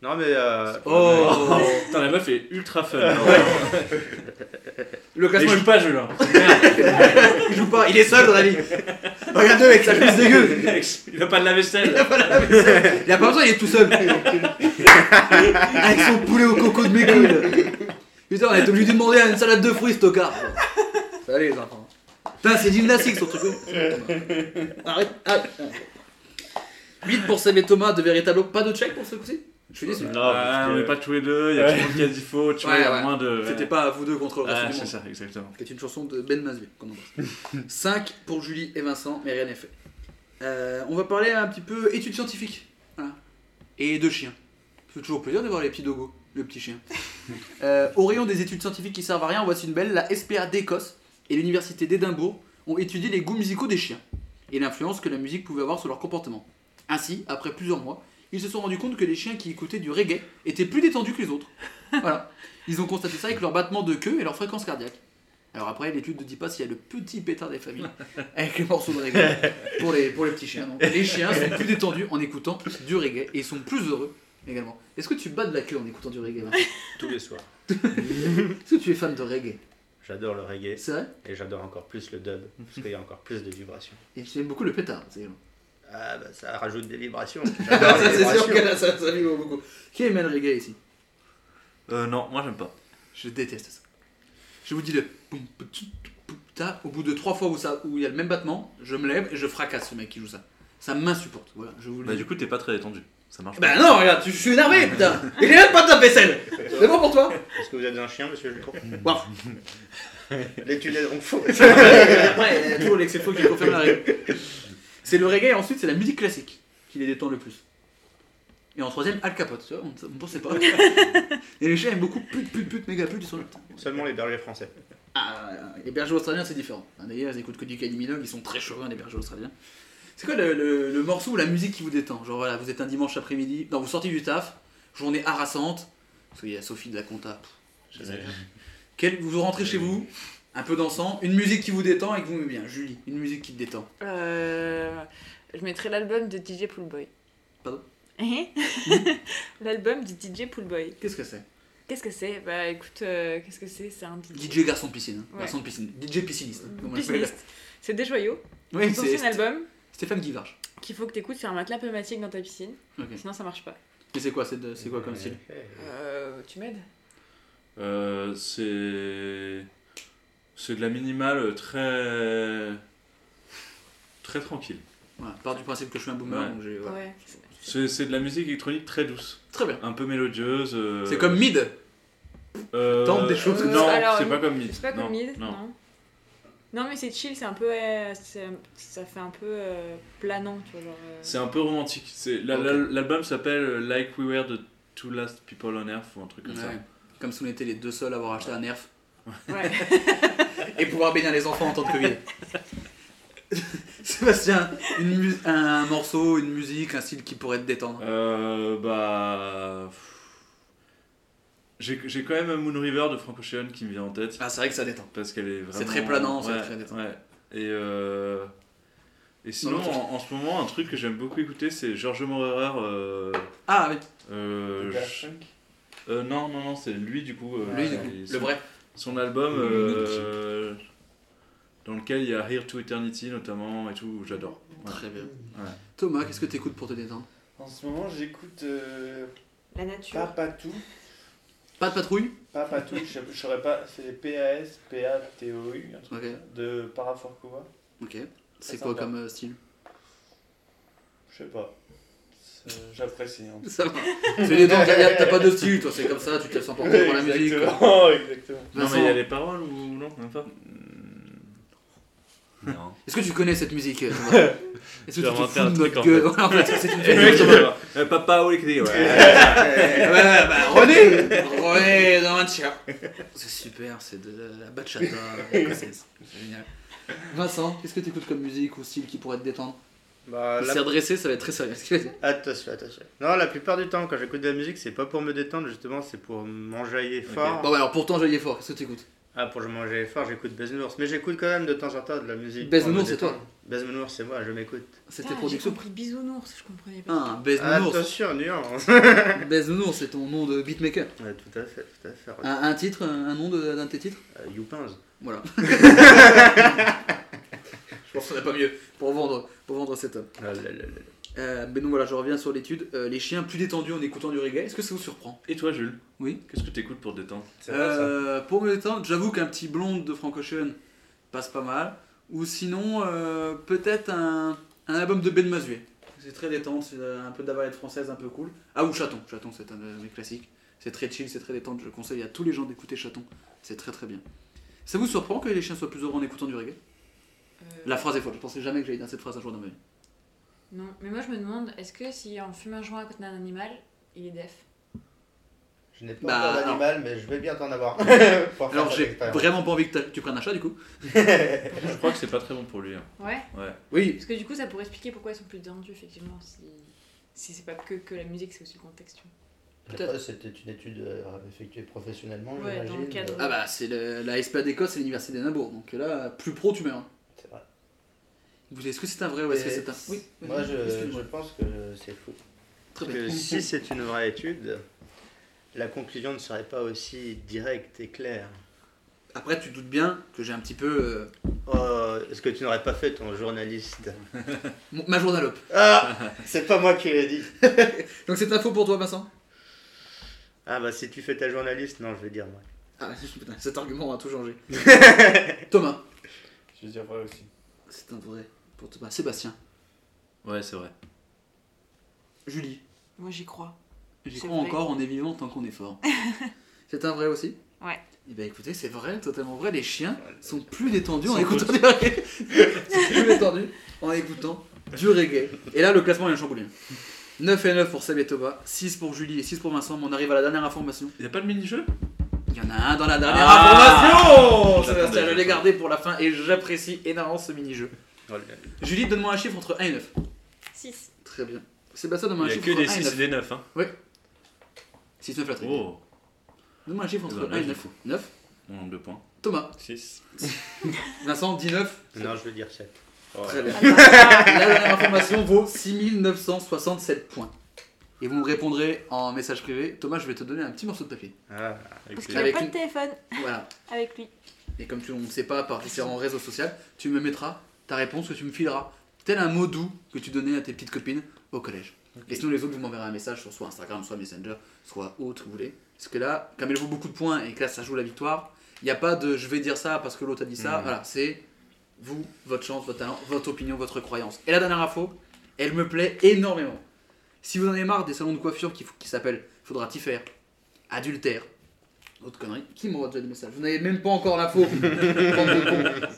Non, mais. euh,
Oh,
Putain, la meuf est ultra fun. Mais
le
je
classement
joue pas, Jules. hein.
Il joue pas, il est seul dans la ligue. Regarde-le avec sa fesse dégueu.
Il a pas de la vaisselle.
Il a pas besoin, il est tout seul. Avec son poulet au coco de mes couilles. Putain, on est obligé de lui demander une salade de fruits, ce tocard. Ça allez, les enfants. Putain, c'est gymnastique son truc. Arrête, arrête. 8 pour Seb et Thomas, de véritables. Pas de check pour ce coup-ci Je suis déçu.
Non,
Ah,
parce
on
que-
n'est pas tous les deux, il y a tout le monde qui a dit faux, tu vois,
Ouais,
il y a
ouais.
moins de.
C'était pas à vous deux contre le reste
Ah,
du
c'est
monde.
ça, exactement.
qui est une chanson de Ben Mazui qu'on embrasse. 5 pour Julie et Vincent, mais rien n'est fait. Euh, on va parler un petit peu études scientifiques. Voilà. Et de chiens. C'est toujours plaisir de voir les petits dogos, le petit chien. Euh, au rayon des études scientifiques qui servent à rien, voici une belle. La SPA d'Écosse et l'Université d'Édimbourg ont étudié les goûts musicaux des chiens et l'influence que la musique pouvait avoir sur leur comportement. Ainsi, après plusieurs mois, ils se sont rendus compte que les chiens qui écoutaient du reggae étaient plus détendus que les autres. Voilà. Ils ont constaté ça avec leur battement de queue et leur fréquence cardiaque. Alors après, l'étude ne dit pas s'il y a le petit pétard des familles avec les morceaux de reggae pour les, pour les petits chiens. non. Les chiens sont plus détendus en écoutant du reggae et sont plus heureux également. Est-ce que tu bats de la queue en écoutant du reggae Vincent
Tous les soirs.
Est-ce que tu es fan de reggae
J'adore le reggae
C'est vrai
et j'adore encore plus le dub parce qu'il y a encore plus de vibrations.
Et tu aimes beaucoup le pétard. c'est également.
Ah bah ça rajoute des vibrations.
Ah,
J'adore les
ça, c'est sûr
vibrations.
que là, ça, ça vibre beaucoup. Qui aime le reggae ici
Euh, non, moi j'aime pas.
Je déteste ça. Je vous dis le. poum, poutchou, poum, ta. Au bout de trois fois où, ça, où il y a le même battement, je me lève et je fracasse ce mec qui joue ça. Ça m'insupporte. Voilà, je vous le
Bah,
dis.
du coup, t'es pas très détendu. Ça marche
Bah
pas.
non, regarde, tu- je suis énervé, putain. Il est même pas de ta vaisselle. C'est bon pour toi
Est-ce que vous êtes un chien, monsieur Jules
Waouh.
L'étude est donc faux.
Après, il y a toujours l'excès faux qui confirme la règle. C'est le reggae et ensuite c'est la musique classique qui les détend le plus. Et en troisième, Al Capote, tu vois, on ne pensait pas. Et les chiens aiment beaucoup pute, pute, pute, méga pute, ils sont là. putain.
Seulement les bergers français.
Ah, les bergers australiens c'est différent. Hein, D'ailleurs, ils écoutent que du Kylie Minogue, ils sont très chauvins les bergers australiens. C'est quoi le, le- le morceau ou la musique qui vous détend Genre voilà, vous êtes un dimanche après-midi, non, vous sortez du taf, journée harassante, parce qu'il y a Sophie de la compta. pff,
Euh,
j'exagère. Quelle- vous rentrez chez vous, un peu dansant, une musique qui vous détend et que vous aimez bien. Julie, une musique qui te détend.
Euh, je mettrai l'album de DJ Poolboy.
Pardon
Hein L'album de DJ Poolboy.
Qu'est-ce que c'est
Qu'est-ce que c'est Bah écoute, euh, qu'est-ce que c'est C'est un DJ.
DJ garçon de piscine. hein.
Ouais. Mmh.
Garçon de piscine. DJ pisciniste. comme on l'appelle.
Pisciniste. C'est des joyaux.
Oui,
C'est
c'est
un album
Stéphane Guivarge.
qu'il faut que t'écoutes sur un matelas pneumatique dans ta piscine.
Ok.
Sinon ça marche pas.
Et c'est quoi, c'est de- c'est quoi comme style
Euh, tu m'aides
Euh, c'est. C'est de la minimale très. Très tranquille.
Voilà, Part du principe que je suis un boomer.
Ouais.
donc j'ai- voilà.
Ouais.
C'est c'est de la musique électronique très douce,
Très bien.
un peu mélodieuse. euh,
C'est comme mid.
euh,
tente des choses.
Non,
Alors,
c'est pas comme Mid.
C'est pas comme Mid, non.
non.
non. mais c'est chill, c'est un peu. euh, c'est- ça fait un peu euh, planant, tu vois. Genre, euh,
C'est un peu romantique. C'est- la-
Ok.
la- L'album s'appelle Like We Were the Two Last People on Earth ou un truc comme ça.
Ouais. Comme si on était les deux seuls à avoir acheté un nerf
Ouais.
et pouvoir bénir les enfants en temps de Covid. Sébastien, une mu- un morceau, une musique, un style qui pourrait te détendre.
Euh, bah. pff. J'ai j'ai quand même Moon River de Frank Ocean qui me vient en tête.
Ah, c'est vrai que ça détend.
Parce qu'elle est vraiment.
C'est très planant, c'est
ouais,
très détente.
ouais. Et, euh, et sinon,
Non, non,
en, en ce moment, un truc que j'aime beaucoup écouter, c'est George Mororer. Euh,
Ah oui,
euh, je- euh, non, non, non, c'est lui du coup. euh,
lui,
qui-
du coup,
son-
le vrai.
Son album
Le
euh, dans lequel il y a Here to Eternity notamment et tout, j'adore. Ouais.
Très bien.
Ouais.
Thomas, qu'est-ce que t'écoutes pour te détendre
En ce moment, j'écoute euh,
La nature.
Papatou.
Pas de patrouille
Papatou, je je saurais pas, c'est PAS, PATOU, un truc
Ok,
de Paraforkova.
ok. C'est
Très
quoi
sympa.
comme euh, style
Je sais pas. C'est- J'apprécie. hein.
Ça va. C'est des dents, t'as t'as pas de style, toi, c'est comme ça, tu te laisses emporter
Ouais,
par la musique. quoi.
exactement, exactement.
Non,
Vincent,
mais il y a les paroles ou non Même pas
Non.
Est-ce que tu connais cette musique euh, Thomas Est-ce que tu
Je vais
te
inventer
fous
un
de
truc,
notre
en
gueule Voilà, en fait, c'est une
Eh,
fête.
mec, on va voir. Euh, Papa ou les clés, ouais.
Ouais, bah, bah, René René dans un tiers. C'est super, c'est de la bachata écossaise. C'est génial. Vincent, qu'est-ce que tu écoutes comme musique ou style qui pourrait te détendre
Bah,
Il
la-
s'est redressé, ça va être très sérieux. Qu'est-ce qu'il a dit
Attention, attention. Non, la plupart du temps, quand j'écoute de la musique, c'est pas pour me détendre, justement, c'est pour m'enjailler fort.
Bon, bah, alors pourtant, j'allais fort, qu'est-ce que tu écoutes
Ah, pour m'enjailler fort, j'écoute Bezmenours. Mais j'écoute quand même de temps en temps de la musique.
Baise
pour me
Nounours, c'est
détendre. Baise-Nounours, c'est moi, je m'écoute.
C'était
Putain, Ah, J'ai
production.
compris bisounours, je comprenais pas.
Ah, Baise Nounours.
Attention, nuance.
Baise Nounours, c'est ton nom de beatmaker.
Ouais, tout à fait, tout à fait.
Un, un titre, un un nom de- d'un de tes titres
Euh, Youpins.
Voilà. je pense qu'on n'a pas mieux pour vendre, pour vendre cet homme.
Ah, là, là, là.
Euh, mais donc voilà, je reviens sur l'étude. Euh, les chiens plus détendus en écoutant du reggae, est-ce que ça vous surprend
Et toi, Jules
Oui.
Qu'est-ce que t'écoutes pour te détendre
C'est vrai, ça.
Euh, Pour me détendre, j'avoue qu'un petit blonde de Frank Ocean passe pas mal. Ou sinon, euh, peut-être un, un album de Ben Mazuet. C'est très détente, c'est euh, un peu de la variété française, un peu cool. Ah, ou Chaton. Chaton, c'est un de mes classiques. C'est très chill, c'est très détente. Je conseille à tous les gens d'écouter Chaton. C'est très très bien. Ça vous surprend que les chiens soient plus heureux en écoutant du reggae
Euh,
La phrase est folle, je pensais jamais que j'allais dire cette phrase un jour dans ma vie.
Non, mais moi je me demande, est-ce que si on fume un joint à côté d'un animal, il est def
Je n'ai pas
Bah,
encore
alors.
d'animal, mais je vais bien t'en avoir. Pour faire
Alors
cette
j'ai
expérience.
vraiment pas envie que t'a- tu prennes un chat du coup.
Je crois que c'est pas très bon pour lui. hein.
Ouais.
Ouais.
Oui.
Parce que du coup, ça pourrait expliquer pourquoi ils sont plus détendus, effectivement. Si, si c'est pas que, que la musique, c'est aussi le contexte. tu
Après, C'était une étude euh, effectuée professionnellement,
Ouais, dans le
j'imagine. euh,
cadre.
Ah bah c'est le- la SPA d'Écosse c'est l'université d'Edimbourg. Donc là, plus pro tu meurs.
C'est vrai.
Vous- Est-ce que c'est un vrai ou est-ce que c'est un. Oui.
Moi, je,
Excuse-moi.
je pense que c'est fou.
Très bien.
que si c'est une vraie étude, la conclusion ne serait pas aussi directe et claire.
Après tu doutes bien que j'ai un petit peu euh,
Oh, est-ce que tu n'aurais pas fait ton journaliste
mon- ma journalope.
Ah C'est pas moi qui l'ai dit
Donc c'est info pour toi Vincent.
Ah bah si tu fais ta journaliste, non, je vais dire moi.
Ah putain, cet argument a tout changé. Thomas.
Je veux dire vrai aussi.
C'est un vrai pour Thomas. Sébastien.
Ouais, c'est vrai.
Julie.
vois. Moi j'y crois.
J'y
C'est
crois
vrai.
encore, on est vivant tant qu'on est fort. c'est un vrai aussi
Ouais.
Eh bien écoutez, c'est vrai, totalement vrai, les chiens sont plus détendus en
Sans
écoutant du reggae. sont plus détendus en écoutant du reggae. Et là, le classement vient chambouler. 9 et 9 pour Seb et Thomas, 6 pour Julie et 6 pour Vincent, mais on arrive à la dernière information.
Y a pas de mini-jeu
Il y en a un dans la dernière
Ah
information
Je
Sébastien,
l'attendais,
je
je
l'ai
crois.
gardé pour la fin et j'apprécie énormément ce mini-jeu.
Oh,
Julie, donne-moi un chiffre entre 1 et 9.
6.
Très bien. Sébastien,
Il
donne-moi un
n'y a
chiffre
que
entre 1
des
et
6 et
9.
des 9. Hein.
6, 9 la trique.
Oh,
Donne-moi un chiffre
Eh
entre
ben, là,
1 et
j'ai
9.
fou.
9.
mon nombre de points.
Thomas.
6.
Vincent, 19.
Non, je vais dire 7.
Très
Ah,
bien.
bah,
La dernière information vaut 6967 points. Et vous me répondrez en message privé. Thomas, je vais te donner un petit morceau de papier.
Ah,
Parce
Avec
qu'il a
les...
Avec
pas
une-
de téléphone
Voilà.
avec lui.
Et comme tu, on ne sait pas par différents réseaux sociaux, tu me mettras ta réponse que tu me fileras. Tel un mot doux que tu donnais à tes petites copines au collège. Et sinon, les autres, vous m'enverrez un message sur soit Instagram, soit Messenger, soit autre que vous voulez. Parce que là, comme elle vaut beaucoup de points et que là, ça joue la victoire, il n'y a pas de je vais dire ça parce que l'autre a dit ça.
Mhm.
Voilà, c'est vous, votre chance, votre talent, votre opinion, votre croyance. Et la dernière info, elle me plaît énormément. Si vous en avez marre des salons de coiffure qui, qui s'appellent Faudra t'y faire, Adultère, autre connerie, qui m'envoie déjà des messages Vous n'avez même pas encore l'info, bande de cons.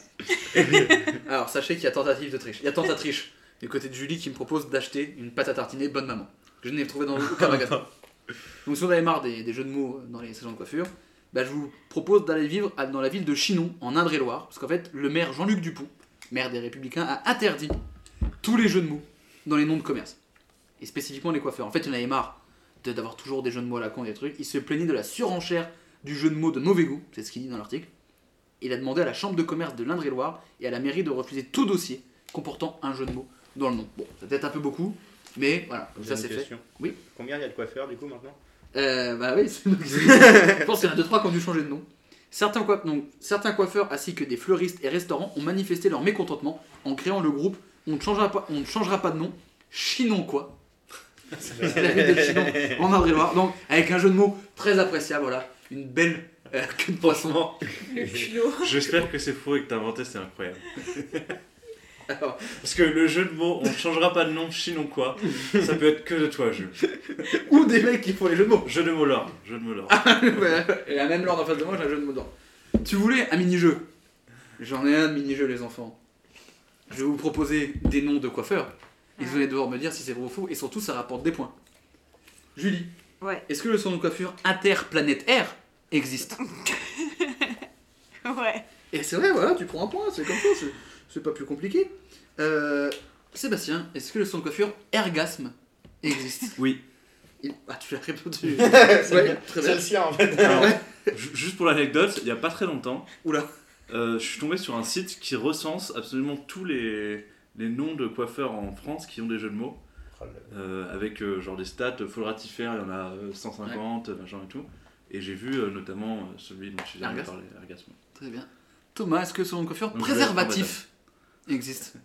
Alors sachez qu'il y a tentative de triche. Il y a tentative triche du côté de Julie qui me propose d'acheter une pâte à tartiner bonne maman, que je n'ai trouvé dans aucun magasin. Donc si vous en avez marre des, des jeux de mots dans les salons de coiffure, bah, je vous propose d'aller vivre à- dans la ville de Chinon, en Indre-et-Loire, parce qu'en fait, le maire Jean-Luc Dupont, maire des Républicains, a interdit tous les jeux de mots dans les noms de commerce. Et spécifiquement les coiffeurs. En fait, il y en avait marre de- d'avoir toujours des jeux de mots à la con et des trucs. Il se plaignait de la surenchère du jeu de mots de mauvais goût, c'est ce qu'il dit dans l'article. Il a demandé à la Chambre de commerce de l'Indre-et-Loire et à la mairie de refuser tout dossier comportant un jeu de mots dans le nom. Bon, c'est peut-être un peu beaucoup, mais voilà, comme
j'ai
ça
une
c'est fait.
question.
Oui.
Combien il y a de coiffeurs du coup maintenant
Euh, bah oui, c'est- je pense qu'il y en a deux trois qui ont dû changer de nom. Certains, coif- donc, certains coiffeurs ainsi que des fleuristes et restaurants ont manifesté leur mécontentement en créant le groupe On ne changera pas, on ne changera pas de nom, Chinon quoi. C'est la ville de Chinon en Indre-et-Loire. Donc avec un jeu de mots très appréciable, voilà, une belle euh, queue de poisson.
Le culot.
J'espère que c'est faux et que t'as inventé, c'est incroyable.
Alors.
Parce que le jeu de mots, on ne changera pas de nom sinon quoi. Ça peut être que de toi, jeu.
Ou des mecs qui font les jeux de mots.
Jeu de mots l'or. Jeu de mots l'or.
Ouais, Et la même lord en face de moi, j'ai un jeu de mots dedans. Tu voulais un mini-jeu J'en ai un de mini-jeu, les enfants. Je vais vous proposer des noms de coiffeurs. Et vous allez devoir me dire si c'est vrai ou faux. Et surtout, ça rapporte des points. Julie,
Ouais.
est-ce que le salon de coiffure Interplanète Air existe
Ouais.
Et c'est vrai, voilà, tu prends un point, c'est comme ça, c'est- c'est pas plus compliqué. Euh, Sébastien, est-ce que le salon de coiffure Ergasme existe
Oui.
Il- Ah, tu l'as répondu. ouais, très
C'est
bien.
le sien en fait.
Alors, ju- juste pour l'anecdote, il n'y a pas très longtemps,
Oula.
euh, je suis tombé sur un site qui recense absolument tous les, les noms de coiffeurs en France qui ont des jeux de mots. Euh, avec euh, genre des stats, euh, Folratifère, il y en a euh, 150, machin et tout. Et j'ai vu euh, notamment euh, celui dont tu viens de
Ergasme.
parler, Ergasme.
Très bien. Thomas, est-ce que selon le coiffure,
Donc, je vais être
préservatif existe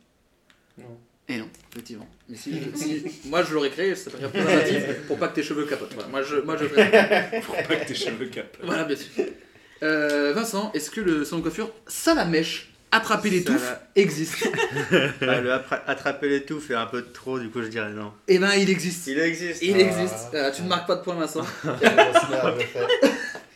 Non.
Et non, effectivement. Mais si, si- moi je l'aurais créé, ça s'appellerait préservatif pour pas que tes cheveux capotent. Voilà, moi je, moi je ferais ça.
Pour pas que tes cheveux capent.
Voilà, bien sûr. Euh, Vincent, est-ce que le salon de coiffure ça la mèche, attraper les
Ça
touffes,
va.
existe
Ah, le appra- attraper l'étouffe est un peu de trop, du coup je dirais non.
Eh ben, il existe.
Il existe.
Il
Ah.
existe. Euh, tu ne marques pas de points, Vincent.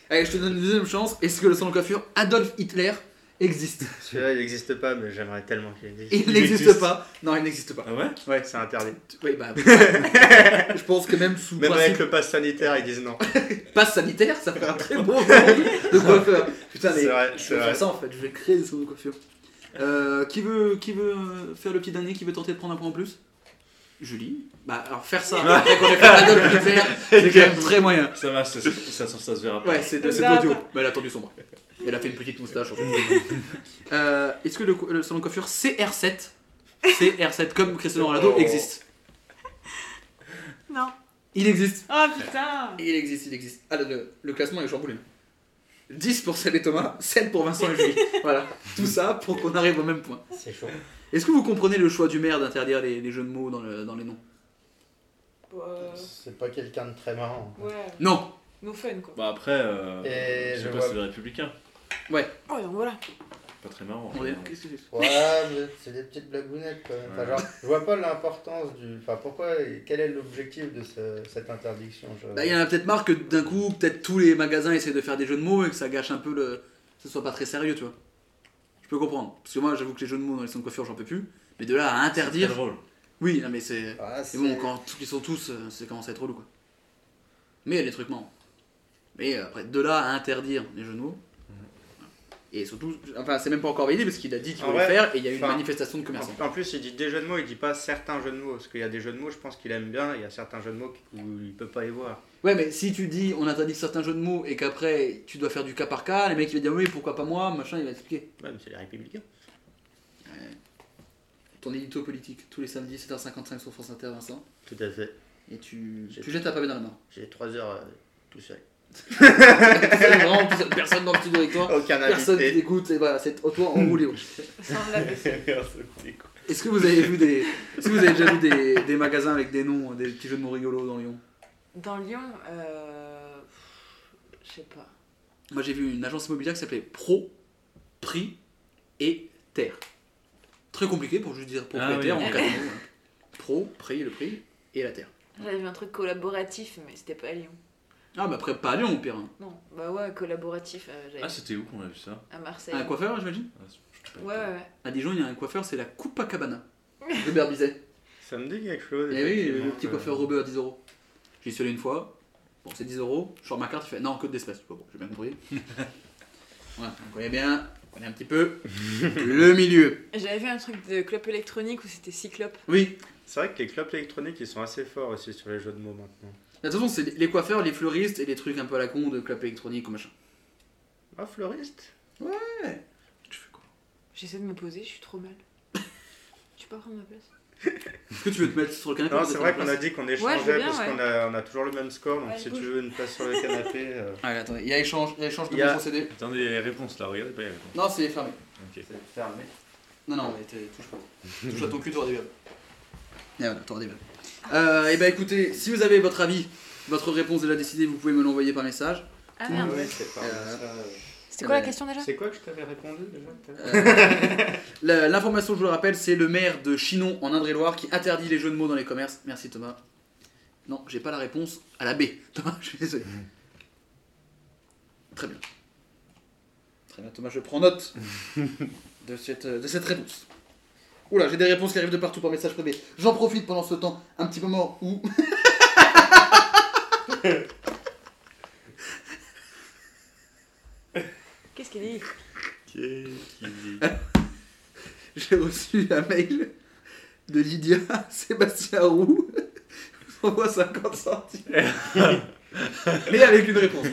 Allez, je te donne une deuxième chance. Est-ce que le salon de coiffure Adolf Hitler existe
Celui-là il n'existe pas, mais j'aimerais tellement qu'il existe.
Il
Il
n'existe
existe.
pas. Non, il n'existe pas.
Ah ouais
Ouais, c'est interdit.
Oui, bah. je pense que même sous
Même
principe-
avec le pass sanitaire, ils disent non.
passe sanitaire, ça fait un très bon nom de coiffeur. Putain, mais
C'est vrai,
je
c'est
vais
vrai.
faire ça en fait, je vais créer des salons de coiffure. Euh, qui veut, qui veut euh, faire le petit dernier, qui veut tenter de prendre un point en plus Julie Bah alors faire ça, après qu'on ait fait la note de l'hiver, c'est quand même très moyen.
Ça va, ça, ça, ça, ça se verra pas.
Ouais, c'est de, c'est de l'audio. Mais Bah, elle a tendu son bras. Elle a fait une petite moustache. en fait. Euh, Est-ce que le, co- le salon de coiffure CR7, CR7 comme Cristiano Ronaldo,
Oh.
existe
Non.
Il existe.
Oh putain
Et il existe, il existe. Ah, le, le classement est chamboulier. 10 pour Seb et Thomas, 7 pour Vincent et Julie. voilà, tout ça pour qu'on arrive au même point.
C'est chaud.
Est-ce que vous comprenez le choix du maire d'interdire les, les jeux de mots dans, le- dans les noms
Euh,
C'est pas quelqu'un de très marrant.
ouais,
Non
no fun quoi.
Bah après, euh,
Et je
je sais pas,
vois-
c'est les républicains.
Ouais, Oh, donc voilà.
Pas très marrant.
On est- qu'est-ce que c'est
Ouais, mais c'est des petites blagounettes quand même. Enfin,
Ouais.
genre, je vois pas l'importance du. Enfin, pourquoi et Quel est l'objectif de ce- cette interdiction je-
Bah, Il y en a peut-être marre que d'un coup, peut-être tous les magasins essaient de faire des jeux de mots et que ça gâche un peu le. que ce soit pas très sérieux, tu vois. Je peux comprendre. Parce que moi, j'avoue que les jeux de mots dans les salons de coiffure, j'en peux plus. Mais de là à
C'est
interdire.
drôle.
Oui, non, mais c'est.
Ah, c'est
C'est bon, quand tous- ils sont tous, euh, c'est commence à être relou quoi. Mais il y a des trucs marrants. Mais euh, après, de là à interdire les jeux de mots.
Mhm.
Et surtout, enfin, c'est même pas encore validé parce qu'il a dit qu'il
En
voulait
vrai,
le faire et il y a eu une
Ah enfin,
manifestation de commerçants.
En, en plus, il dit des jeux de mots, il dit pas certains jeux de mots. Parce qu'il y a des jeux de mots, je pense qu'il aime bien, et il y a certains jeux de mots où il peut pas y voir.
Ouais, mais si tu dis on interdit certains jeux de mots et qu'après tu dois faire du cas par cas, les mecs ils vont dire oui, pourquoi pas moi, machin, il va expliquer.
Ouais, mais c'est les républicains.
Ton édito politique, tous les samedis 7h55 sur France Inter, Vincent.
Tout à fait.
Et tu,
J'ai-
tu jettes la pavé dans la main.
J'ai 3 heures euh, tout seul.
C'est vraiment tout seul, personne dans le studio avec toi,
Aucun
personne qui
invité.
t'écoute, et voilà, c'est toi en roue libre.
Sans la
Est-ce que vous avez vu des. Est-ce que vous avez déjà vu des, des magasins avec des noms, des petits jeux de mots rigolos dans Lyon
Dans Lyon, euh... pff, je sais pas.
Moi j'ai vu une agence immobilière qui s'appelait Pro, Prix et Terre. Très compliqué pour juste dire propriétaire
Ah oui.
en quatre mots. hein. Pro, Prix, le prix et la terre.
J'avais vu un truc collaboratif, mais c'était pas à Lyon.
Ah bah après pas à Lyon au pire. hein.
Non, bah ouais, collaboratif, euh, j'avais
Ah, c'était où qu'on a vu ça
à Marseille.
Un coiffeur j'imagine
Ah, c'est- je sais pas.
ouais, ouais, ouais.
À Dijon il y a un coiffeur, c'est la Copacabana. Robert Bizet.
Ça me dit quelque chose.
Eh oui, le
effectivement,
petit
euh,
coiffeur Robert à 10 euros. J'y suis allé une fois. Bon c'est 10 euros. Je sors ma carte, il fait non que d'espèces. Bon, bon j'ai bien compris. voilà, on connaît bien, on connaît un petit peu le milieu.
J'avais vu un truc de club électronique où c'était Cyclope.
Oui.
C'est vrai que les clubs électroniques, ils sont assez forts aussi sur les jeux de mots maintenant.
De toute façon, c'est les coiffeurs, les fleuristes et les trucs un peu à la con de clap électronique ou machin.
Ah, fleuriste
Tu fais quoi
J'essaie de me poser, je suis trop mal. tu peux pas prendre ma place
Est-ce que tu veux te mettre sur le canapé
Non,
pour te
Ah, c'est
faire
vrai
la
qu'on a
place
dit qu'on
Ouais,
échangeait
je veux bien,
parce
ouais.
qu'on a, on a toujours le même score. Donc
Ouais,
si
bouge.
tu veux une place sur le canapé. euh,
Ah, attendez, il y a échange, il y a échange de
Il y a-
bons procédés.
Attendez, il y a les réponses là, regardez pas les réponses.
Non, c'est fermé.
Ok.
C'est fermé.
Non, non, mais t'es- touche pas. touche à ton cul, t'auras des verres. Et voilà, t'auras des verres. Euh, et bah écoutez, si vous avez votre avis, votre réponse déjà décidée, vous pouvez me l'envoyer par message.
Ah
merde.
merde
Ouais, c'est pas
Euh,
ça.
C'était quoi la
Euh,
question déjà
C'est quoi que je t'avais répondu déjà tout à l'heure
La- L'information, je vous le rappelle, c'est le maire de Chinon en Indre-et-Loire qui interdit les jeux de mots dans les commerces. Merci Thomas. Non, j'ai pas la réponse à la B. Thomas, je suis désolé. Très bien. Très bien Thomas, je prends note de cette, euh, de cette réponse. Oula, j'ai des réponses qui arrivent de partout par message privé. J'en profite pendant ce temps, un petit moment où...
Qu'est-ce qu'il dit
J'ai reçu un mail de Lydia Sébastien Roux. On voit 50 centimes. Mais avec une réponse.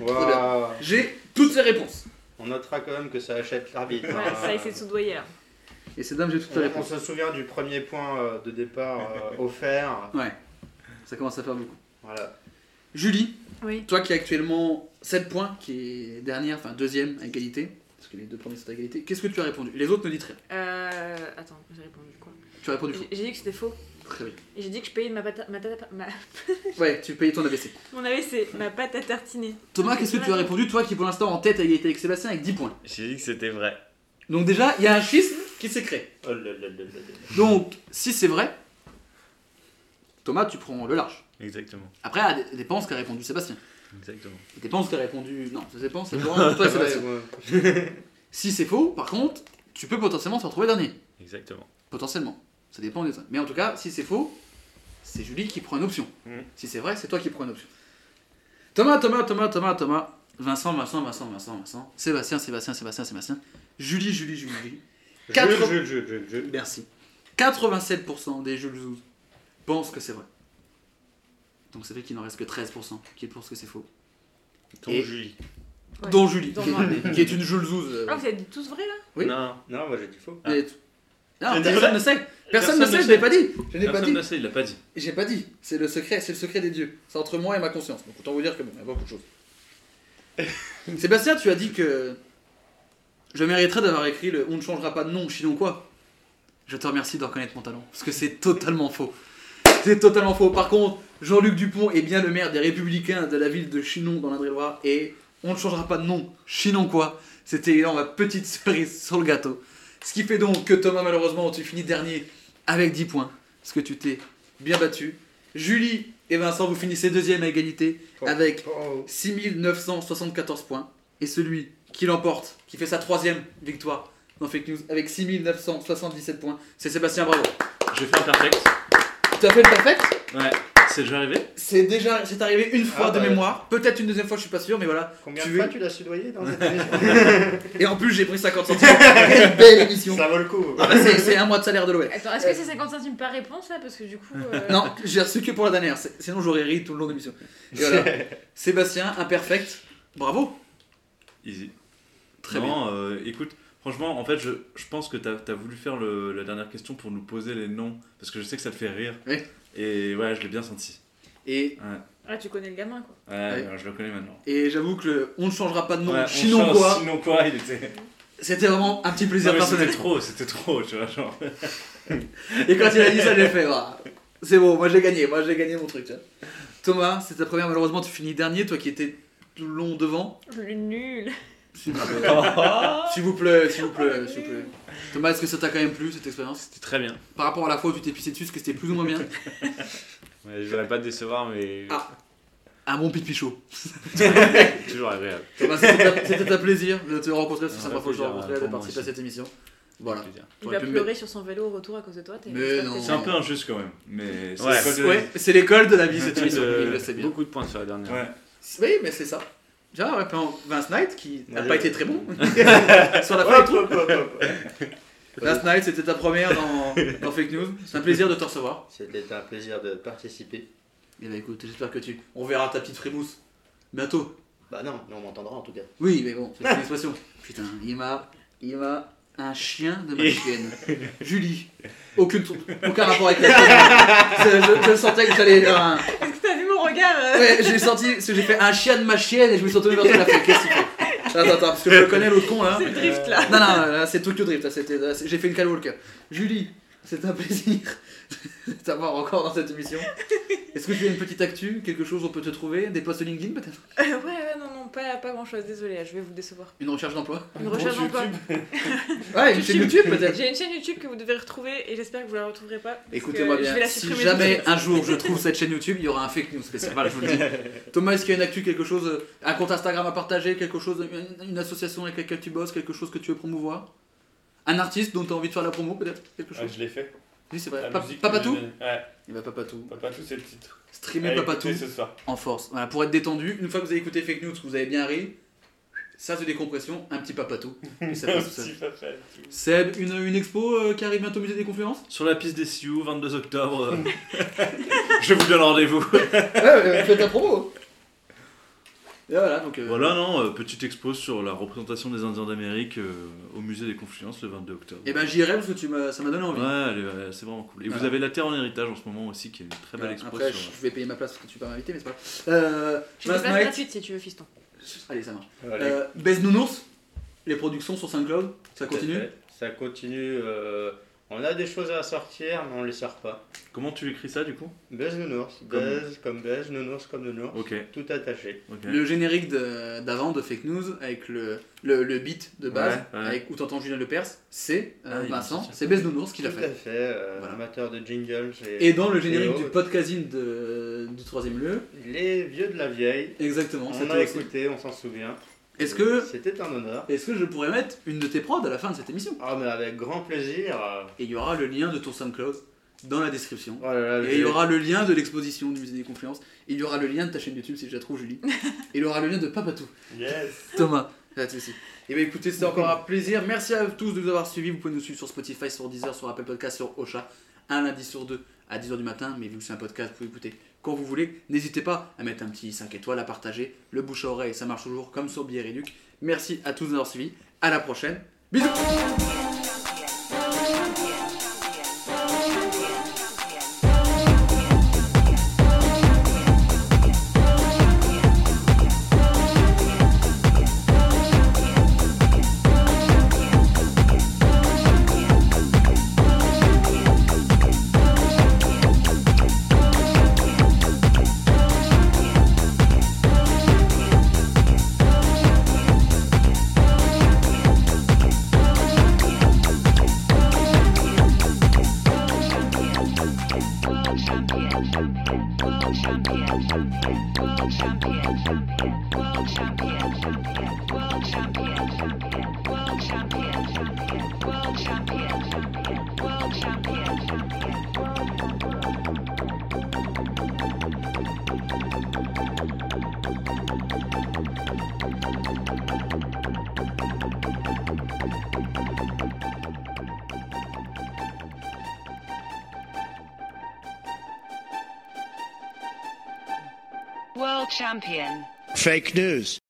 Waouh.
J'ai toutes ces réponses.
On notera quand même que ça achète l'arbitre.
Ouais,
Ah.
hein.
ça essaie de soudoyer là.
Et ces dames, j'ai toutes les
on, on
réponses.
se souvient du premier point euh, de départ euh, offert.
Ouais. Ça commence à faire beaucoup.
Voilà.
Julie,
Oui.
toi qui as actuellement 7 points, qui est dernière, enfin deuxième à égalité, parce que les deux premiers sont à égalité, qu'est-ce que tu as répondu Les autres ne disent rien.
Euh. Attends, j'ai répondu quoi
Tu as répondu faux.
J'ai j'ai dit que c'était faux.
Très bien.
Et j'ai dit que je payais de ma patate. Ma tata- ma-
Ouais, tu payes ton ABC.
Mon AVC, ma pâte à tartiner.
Thomas, qu'est-ce que tu as répondu Toi qui pour l'instant en tête à égalité avec Sébastien avec 10 points.
J'ai dit que c'était vrai.
Donc déjà, il y a un schisme qui s'est créé.
Oh là là là là là.
Donc, si c'est vrai, Thomas, tu prends le large.
Exactement.
Après, à dé- dépend ce qu'a répondu Sébastien.
Exactement.
Et Dépend ce qu'a répondu. Non, ça dépend, c'est toi, toi,
Ouais,
Sébastien.
ouais.
Si c'est faux, par contre, tu peux potentiellement te retrouver dernier.
Exactement.
Potentiellement. Ça dépend des uns. Mais en tout cas, si c'est faux, c'est Julie qui prend une option.
Mhm.
Si c'est vrai, c'est toi qui prends une option. Thomas, Thomas, Thomas, Thomas, Thomas. Vincent, Vincent, Vincent, Vincent, Vincent. Sébastien, Sébastien, Sébastien, Sébastien. Julie, Julie, Julie, Julie. Quatre-
Jules, Jules, Jules, Jules, Jules.
Merci. 87% des Jules Zouz pensent que c'est vrai. Donc ça fait qu'il n'en reste que 13% qui pensent que c'est faux.
Ton
Et-
Julie.
Ouais.
Dont Julie,
Dont
qui,
moi.
est, qui est une Jules Zouz, euh,
Ah, vous êtes tous vrais là
Oui.
Non.
Non, moi j'ai dit faux.
mais- Non,
C'est
personne
vrai.
ne sait. Personne,
Personne
ne
ne
sait, je
sait.
l'ai pas dit. Je l'ai pas
Personne
dit.
ne sait, il l'a pas dit.
J'ai pas dit. C'est le secret, c'est le secret des dieux. C'est entre moi et ma conscience. Donc autant vous dire que bon, il y a pas beaucoup de choses. Sébastien, tu as dit que je mériterais d'avoir écrit le On ne changera pas de nom, sinon quoi Je te remercie de reconnaître mon talent, parce que c'est totalement faux. C'est totalement faux. Par contre, Jean-Luc Dupont est bien le maire des Républicains de la ville de Chinon dans l'Indre-et-Loire et on ne changera pas de nom. Chinon quoi C'était dans ma petite cerise sur le gâteau. Ce qui fait donc que Thomas, malheureusement, tu finis dernier avec 10 points. Parce que tu t'es bien battu. Julie et Vincent, vous finissez deuxième à égalité
Oh.
avec
Oh.
6974 points. Et celui qui l'emporte, qui fait sa troisième victoire dans Fake News avec 6977 points, c'est Sébastien Bravo.
J'ai fait un perfect.
Tu as fait le perfect
Ouais. C'est déjà arrivé
C'est déjà c'est arrivé une fois
Ah,
de
bah.
mémoire, peut-être une deuxième fois, je suis pas sûr, mais voilà.
Combien
Tu
de fois
veux-
tu l'as soudoyé dans cette émission
Et en plus, j'ai pris 50 centimes. Quelle belle émission.
Ça vaut le coup.
Ah bah, c'est c'est un mois de salaire de l'OL.
Attends, est-ce que c'est 50 centimes par réponse là Parce que du coup. euh,
Euh. Non, j'ai reçu que pour la dernière, c'est- sinon j'aurais ri tout le long de l'émission. Et voilà. Sébastien, imperfect, bravo.
Easy.
Très bien.
non, euh, écoute, franchement, en fait, je, je pense que t'as as voulu faire le- la dernière question pour nous poser les noms. Parce que je sais que ça te fait rire.
Ouais.
Et ouais, je l'ai bien senti.
Et,
Ah, tu connais le gamin quoi.
Ouais,
Ouais.
je le connais maintenant.
et j'avoue que le on ne changera pas de nom,
Ouais, on
Chinon
change,
quoi,
Sinon quoi, il était.
c'était vraiment un petit plaisir
Non, mais
personnel.
c'était trop, c'était trop, tu vois, genre.
Et quand il a dit ça, j'ai fait, Ouah, c'est bon, moi j'ai gagné, moi j'ai gagné mon truc. tu vois. Thomas, c'est ta première, malheureusement tu finis dernier, toi qui étais tout le long devant.
Je suis nul.
S'il vous plaît, s'il vous plaît, s'il vous plaît. s'il vous plaît. Thomas, est-ce que ça t'a quand même plu cette expérience
C'était très bien.
Par rapport à la fois où tu t'es pissé dessus, est-ce que c'était plus ou moins bien
Ouais, je voudrais pas te décevoir, mais
Ah. Un bon pipi chaud.
toujours agréable.
Thomas, c'était c'était un plaisir de te rencontrer, c'est
Un
sympa
vrai
fois que je te
plaisir,
rencontrais,
pour
de
moi
participer à
aussi.
cette émission. Voilà.
Plaisir.
Il
T'aurais
va
pu me
pleurer sur son vélo au retour à cause de toi. t'es-
Mais
j'espère que
non.
t'es-
C'est un peu injuste quand même. Mais c'est
Ouais.
quoi que-
Ouais, c'est l'école de la vie cette
Plus
émission,
de-
il le sait bien.
Euh, Beaucoup de points sur la dernière.
Ouais.
Oui, mais c'est ça. Genre, ouais, par exemple, Vince Knight, qui n'a
Ouais,
pas
je-
été très bon sur la fin.
Hop, hop, hop, hop.
Vince Knight, c'était ta première dans, dans Fake News. C'est un plaisir de te recevoir.
C'était un plaisir de participer.
Et bah écoute, j'espère que tu. On verra ta petite frimousse. Bientôt. Ah.
Bah non, mais on m'entendra en tout cas.
Oui, mais bon, c'est une expression. Putain, il m'a. Il m'a. Un chien de magicienne. Julie. Aucune, aucun rapport avec la C'est- je, je sentais que j'allais. dire un-
Est-ce que t'as vu mon regard euh
Ouais, j'ai senti, parce que j'ai fait un chien de ma chienne et je me suis retourné vers toi, la fait qu'est-ce qu'il fait Attends, attends, parce que je le connais l'autre con hein. là.
C'est le drift là.
Non, non, là, c'est Tokyo Drift, là, c'était- là, c'est- j'ai fait une Calwalker. Julie, c'est un plaisir de t'avoir encore dans cette émission. Est-ce que tu as une petite actu, quelque chose où on peut te trouver, des posts LinkedIn peut-être
ouais, ouais, non, non, pas, pas grand chose, désolé, je vais vous décevoir.
Une recherche d'emploi.
Une recherche d'emploi.
Ouais, une chaîne YouTube peut-être.
J'ai une chaîne YouTube que vous devez retrouver et j'espère que vous la retrouverez pas. parce que
Écoutez-moi
Je vais
bien,
la
si
supprimer.
jamais un jour je trouve cette chaîne YouTube, il y aura un fake news spécial. Voilà, je vous le dis. Thomas, est-ce qu'il y a une actu, quelque chose, euh, un compte Instagram à partager, quelque chose, une, une association avec laquelle tu bosses, quelque chose que tu veux promouvoir Un artiste dont tu as envie de faire la promo peut-être Quelque
Ah,
chose
je l'ai fait.
Oui, c'est
La
vrai. Pa-
musique
Papatou
que j'ai donnée. Ouais,
Il va Papatou.
Papatou, c'est le titre.
Streamer
Allez,
Papatou
écoutez ce soir.
en force. Voilà, pour être détendu, une fois que vous avez écouté fake news, que vous avez bien ri, ça c'est décompression, un petit Papatou. Et ça passe tout seul.
Petit papa.
Seb, une, une expo euh, qui arrive bientôt au musée des conférences
Sur la piste des Sioux, 22 octobre. euh, je vous donne rendez-vous.
Ouais, euh, fais ta promo.
Et voilà, donc. euh,
Voilà, non, euh, petite expo sur la représentation des Indiens d'Amérique euh, au musée des Confluences le 22 octobre.
Et ben j'irai parce que tu m'as- ça m'a donné envie.
Ouais, elle est- euh, c'est vraiment cool. Et vous
Voilà.
avez La Terre en héritage en ce moment aussi, qui est une très belle
Voilà,
expo.
Après,
sur- euh,
je vais payer ma place parce que tu vas m'inviter, mais c'est pas grave. Euh,
Je te
Last
place
Night-
gratuite si tu veux, fiston.
Allez, ça marche.
Allez,
Euh, Baise Nounours, les productions sur SoundCloud, ça continue
Ça continue. euh, on a des choses à sortir, mais on les sort pas.
Comment tu écris ça du coup
Baise nounours. Baise comme baise, nounours comme nounours.
Ok,
Tout attaché.
ok.
Le générique de- d'avant de, Fake News avec le, le, le beat de base,
Ouais, ouais.
avec où t'entends Julien Lepers, c'est euh,
Ah, il est
Vincent,
sorti.
c'est Baise Nounours qui l'a
Tout à
fait.
fait. euh,
Voilà.
Amateur de jingles.
Et dans le générique
Et
du
oh.
podcasting de, du troisième lieu,
Les vieux de la vieille.
exactement,
On a
c'était aussi.
écouté, on s'en souvient.
Est-ce que,
C'était un honneur.
est que je pourrais mettre une de tes prods à la fin de cette émission
Ah, mais avec grand plaisir. euh,
Et il y aura le lien de ton SoundCloud dans la description.
Oh là là,
Et il y aura le lien de l'exposition du musée des conférences. Et il y aura le lien de ta chaîne YouTube si je la trouve, Julie. Et il y aura le lien de Papatou,
Yes.
Thomas. Pas de souci. Et Eh bien écoutez, c'était encore un plaisir. Merci à tous de nous avoir suivis. Vous pouvez nous suivre sur Spotify, sur Deezer, sur Apple Podcast, sur Ocha. Un lundi sur deux à 10h du matin. Mais vu que c'est un podcast, vous pouvez écouter quand vous voulez. N'hésitez pas à mettre un petit 5 étoiles, à partager. Le bouche à oreille, ça marche toujours comme sur Billet Réduc. Merci à tous de nous avoir suivis. À la prochaine. Bisous
World champion.
Fake news.